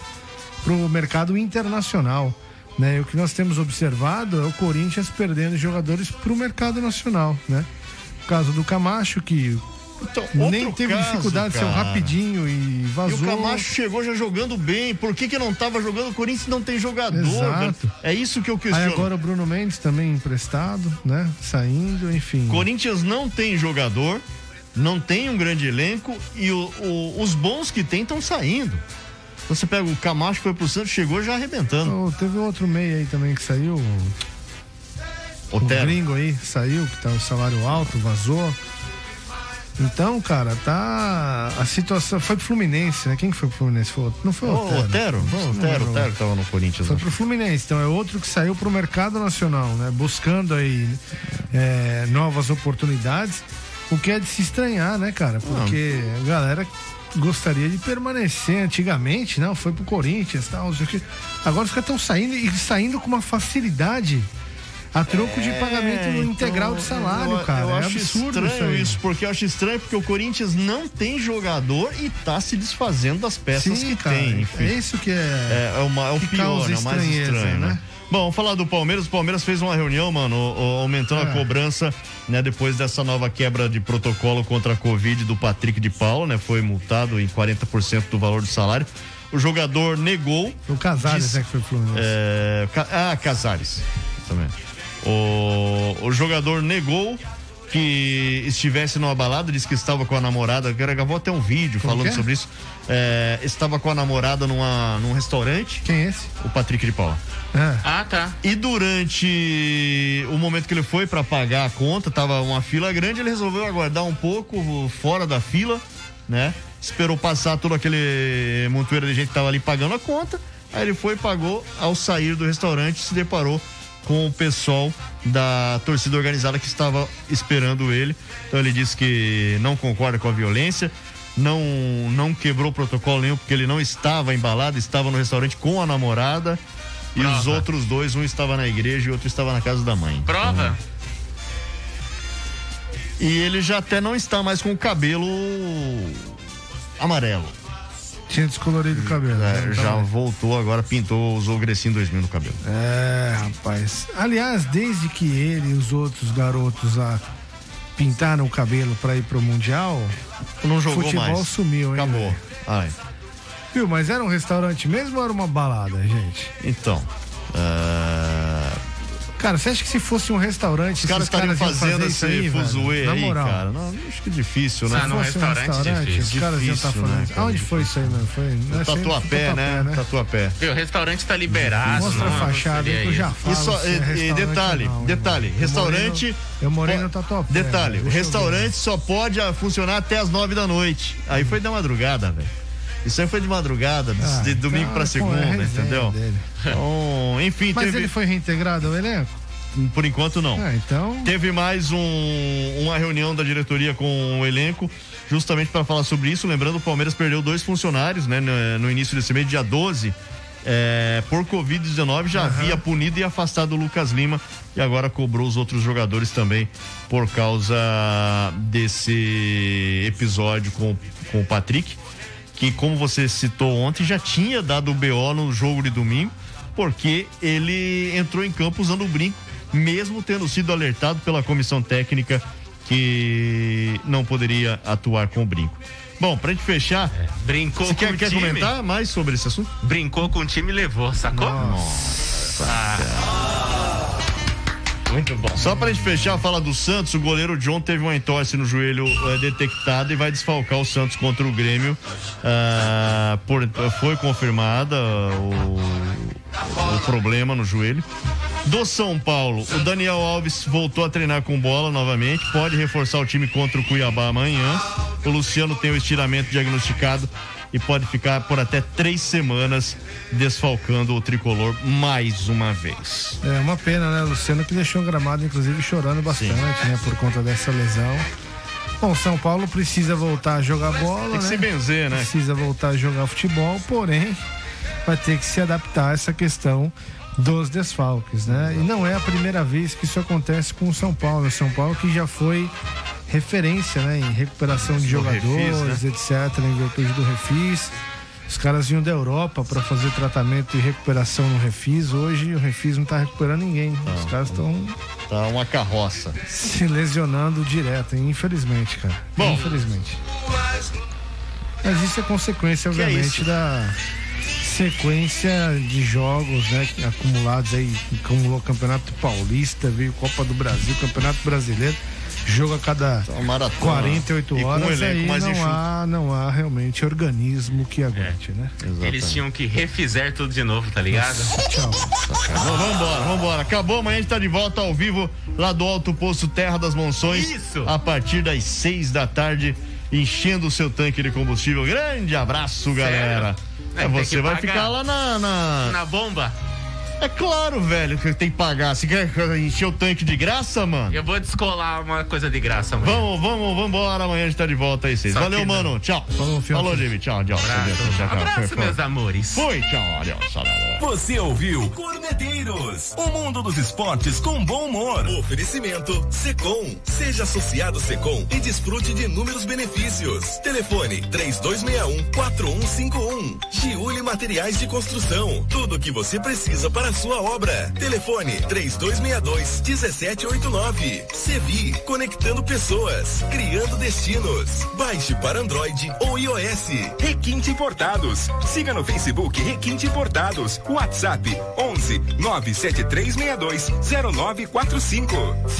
Speaker 11: para o mercado internacional. Né? E o que nós temos observado é o Corinthians perdendo jogadores para o mercado nacional. Né? O caso do Camacho, que
Speaker 1: outro
Speaker 11: nem teve
Speaker 1: caso,
Speaker 11: dificuldade, saiu
Speaker 1: cara.
Speaker 11: rapidinho e
Speaker 1: E
Speaker 11: vazou.
Speaker 1: o Camacho chegou já jogando bem. Por que, que não tava jogando? O Corinthians não tem jogador.
Speaker 11: Exato.
Speaker 1: É isso que eu
Speaker 11: Aí
Speaker 1: questiono.
Speaker 11: agora o Bruno Mendes também emprestado, né? Saindo, enfim.
Speaker 1: Corinthians não tem jogador, não tem um grande elenco e o- o- os bons que tem estão saindo. Então Você pega o Camacho, foi pro Santos, chegou já arrebentando.
Speaker 11: Oh, teve outro meio aí também que saiu. O
Speaker 1: Otero.
Speaker 11: gringo aí saiu, que tá o salário alto, vazou. Então, cara, tá. A situação. Foi pro Fluminense, né? Quem que foi pro Fluminense? Foi, o- não foi o
Speaker 1: Ô,
Speaker 11: Otero? né?
Speaker 1: Otero?
Speaker 11: Foi o
Speaker 1: Otero,
Speaker 11: Otero.
Speaker 1: Otero que tava no Corinthians.
Speaker 11: Foi
Speaker 1: né?
Speaker 11: pro Fluminense, então é outro que saiu pro mercado nacional, né? Buscando aí é, novas oportunidades. O que é de se estranhar, né, cara? Porque a galera gostaria de permanecer antigamente, não? Foi pro Corinthians, tal, não sei o quê. Agora os caras estão saindo e saindo com uma facilidade. A troco de
Speaker 1: É,
Speaker 11: um pagamento
Speaker 1: então,
Speaker 11: integral de salário,
Speaker 1: eu-
Speaker 11: cara.
Speaker 1: Eu
Speaker 11: é
Speaker 1: acho
Speaker 11: absurdo isso,
Speaker 1: estranho
Speaker 11: aí.
Speaker 1: isso, porque eu acho estranho porque o Corinthians não tem jogador e tá se desfazendo das peças
Speaker 11: Sim,
Speaker 1: que
Speaker 11: cara,
Speaker 1: tem.
Speaker 11: É isso que é.
Speaker 1: É, é, uma- é o
Speaker 11: que
Speaker 1: pior,
Speaker 11: causa
Speaker 1: né? é o mais
Speaker 11: estranheza,
Speaker 1: estranho, né?
Speaker 11: né?
Speaker 1: Bom, vamos falar do Palmeiras. O Palmeiras fez uma reunião, mano, o- o- aumentando a
Speaker 11: É.
Speaker 1: cobrança, né? Depois dessa nova quebra de protocolo contra a Covid do Patrick de Paulo, né? Foi multado em 40% do valor do salário. O jogador negou.
Speaker 11: O Casares, né, que foi pro Fluminense.
Speaker 1: É, Ca- ah, Casares. Também. O, o jogador negou que estivesse numa balada, disse que estava com a namorada. Agora Gravou até um vídeo
Speaker 11: Como
Speaker 1: falando
Speaker 11: que é?
Speaker 1: sobre isso. É, estava com a namorada numa, num restaurante.
Speaker 11: Quem é esse? É,
Speaker 1: O Patrick de Paula.
Speaker 5: Ah, tá.
Speaker 1: E durante o momento que ele foi para pagar a conta, tava uma fila grande, ele resolveu aguardar um pouco fora da fila, né? Esperou passar todo aquele montoeiro de gente que tava ali pagando a conta. Aí ele foi e pagou ao sair do restaurante, se deparou com o pessoal da torcida organizada que estava esperando ele. Então ele disse que não concorda com a violência, não não quebrou protocolo nenhum porque ele não estava embalado, estava no restaurante com a namorada. E os
Speaker 5: Prova.
Speaker 1: outros dois, um estava na igreja e outro estava na casa da mãe.
Speaker 5: Prova?
Speaker 1: E ele já até não está mais com o cabelo amarelo.
Speaker 11: Tinha descolorido o cabelo.
Speaker 1: É,
Speaker 5: tá
Speaker 11: né? Então,
Speaker 1: já voltou agora, pintou, usou o Grecinho 2000 no cabelo.
Speaker 11: É, rapaz. Aliás, desde que ele e os outros garotos a pintaram o cabelo pra ir pro mundial,
Speaker 1: Não jogou
Speaker 11: futebol
Speaker 1: mais.
Speaker 11: sumiu, hein?
Speaker 1: Acabou.
Speaker 11: velho?
Speaker 1: Ai,
Speaker 11: Viu? Mas era um restaurante mesmo ou era uma balada, gente?
Speaker 1: então. é,
Speaker 11: Cara, você acha que se fosse um restaurante,
Speaker 1: Os caras
Speaker 11: esses
Speaker 1: estariam
Speaker 11: iam fazer
Speaker 1: fazendo esse
Speaker 11: isso aí, velho?
Speaker 1: fuzuê
Speaker 11: Na
Speaker 1: aí,
Speaker 11: moral.
Speaker 1: cara. Não, acho que difícil,
Speaker 5: Ah,
Speaker 1: né?
Speaker 11: Se fosse um Os caras iam estar
Speaker 1: Difícil,
Speaker 11: falando.
Speaker 1: né, cara?
Speaker 11: Aonde foi isso aí, mano? Foi
Speaker 1: No
Speaker 11: né? Sempre no
Speaker 1: Um Tatuapé, né? Tatuapé.
Speaker 5: Meu, o restaurante tá liberado.
Speaker 11: Mostra a
Speaker 5: não,
Speaker 11: fachada
Speaker 5: seria
Speaker 11: aí que eu
Speaker 5: isso.
Speaker 11: já falo.
Speaker 1: E só-
Speaker 11: se é
Speaker 1: e- e
Speaker 11: restaurante
Speaker 1: detalhe,
Speaker 11: ou não, né?
Speaker 1: detalhe,
Speaker 11: Eu morei
Speaker 1: restaurante-
Speaker 11: no- Eu morei no Tatuapé. né?
Speaker 1: Detalhe, o
Speaker 11: deixa eu ver.
Speaker 1: restaurante só pode ah, funcionar até as nove da noite. Aí foi da madrugada, velho. Isso aí foi de madrugada, de,
Speaker 11: Ah,
Speaker 1: de domingo
Speaker 11: cara,
Speaker 1: pra
Speaker 11: pô, é
Speaker 1: segunda,
Speaker 11: resenha
Speaker 1: entendeu?
Speaker 11: dele.
Speaker 1: Então, enfim,
Speaker 11: Mas
Speaker 1: teve.
Speaker 11: ele foi reintegrado ao elenco?
Speaker 1: Por enquanto não.
Speaker 11: Ah, então.
Speaker 1: Teve mais um- uma reunião da diretoria com o elenco, justamente para falar sobre isso. Lembrando, o Palmeiras perdeu dois funcionários né, no, no início desse mês, dia 12. é, por Covid-19 já havia punido e afastado o Lucas Lima e agora cobrou os outros jogadores também por causa desse episódio com, com o Patrick, que, como você citou ontem, já tinha dado o BO no jogo de domingo porque ele entrou em campo usando o brinco, mesmo tendo sido alertado pela comissão técnica que não poderia atuar com o brinco. Bom, pra gente fechar,
Speaker 5: É, Brincou
Speaker 1: você
Speaker 5: com
Speaker 1: quer,
Speaker 5: o
Speaker 1: quer
Speaker 5: time.
Speaker 1: comentar mais sobre esse assunto?
Speaker 5: Brincou com o time e levou, sacou? Muito bom.
Speaker 1: Só pra gente fechar, fala do Santos, o goleiro John teve uma entorse no joelho eh, detectada e vai desfalcar o Santos contra o Grêmio. Ah, por- foi confirmada o, o problema no joelho. Do São Paulo, o Daniel Alves voltou a treinar com bola novamente, pode reforçar o time contra o Cuiabá amanhã. O Luciano tem o estiramento diagnosticado e pode ficar por até três semanas desfalcando o tricolor mais uma vez.
Speaker 11: É uma pena, né? Luciano que deixou o gramado, inclusive, chorando bastante, né? Por conta dessa lesão. Bom, São Paulo precisa voltar a jogar bola.
Speaker 1: Tem que
Speaker 11: né?
Speaker 1: se benzer, né?
Speaker 11: Precisa voltar a jogar futebol, porém, vai ter que se adaptar a essa questão dos desfalques, né? E não é a primeira vez que isso acontece com o São Paulo. O São Paulo que já foi referência, né? Em recuperação de
Speaker 1: Do refis,
Speaker 11: jogadores,
Speaker 1: né?
Speaker 11: etc., em virtude do refis. Os caras vinham da Europa para fazer tratamento e recuperação no refis. Hoje o refis não tá recuperando ninguém. Os caras estão
Speaker 1: Tá uma carroça.
Speaker 11: se lesionando direto, infelizmente, cara.
Speaker 1: Bom.
Speaker 11: Infelizmente. Mas isso é consequência,
Speaker 1: Que é
Speaker 11: obviamente,
Speaker 1: isso?
Speaker 11: da sequência de jogos, né, que acumulados aí, acumulou Campeonato Paulista, veio Copa do Brasil, Campeonato Brasileiro, jogo a cada
Speaker 1: É Uma maratona.
Speaker 11: 48
Speaker 1: E com um
Speaker 11: horas,
Speaker 1: elenco
Speaker 11: aí
Speaker 1: mais
Speaker 11: não
Speaker 1: enxuto. É.
Speaker 11: há, não há realmente organismo que aguente, né?
Speaker 5: Eles tinham que refizer tudo de novo, tá ligado?
Speaker 11: Tchau.
Speaker 1: Vamos vambora, vambora. Acabou, amanhã a gente tá de volta ao vivo lá do Alto Poço Terra das Monções. Isso! A partir das seis da tarde, enchendo o seu tanque de combustível. Grande abraço, galera.
Speaker 5: É,
Speaker 1: É,
Speaker 5: tem que
Speaker 1: você vai
Speaker 5: pagar.
Speaker 1: ficar lá na, na.
Speaker 5: Na bomba?
Speaker 1: É claro, velho, que tem que pagar. Você quer encher o tanque de graça, mano?
Speaker 5: Eu vou descolar uma coisa de graça, mano.
Speaker 1: Vamos, vamos, vamos embora. Amanhã a gente tá de volta aí, vocês.
Speaker 5: Só
Speaker 1: Valeu,
Speaker 5: que não.
Speaker 1: mano. Tchau. Falou, Falou Jimmy. Tchau, tchau. Tchau, tchau, tchau.
Speaker 5: Abraço,
Speaker 1: Foi, foi.
Speaker 5: meus amores.
Speaker 1: Fui, tchau. Adeus. Saudade.
Speaker 4: Você ouviu Corneteiros, o mundo dos esportes com bom humor. Oferecimento Secom. Seja associado Secom e desfrute de inúmeros benefícios. Telefone 3261-4151. Giuli Materiais de Construção. Tudo o que você precisa para a sua obra. Telefone 3262-1789. Sevi, conectando pessoas, criando destinos. Baixe para Android ou iOS.
Speaker 3: Requinte Importados. Siga no Facebook Requinte Importados. WhatsApp 11 97362 0945.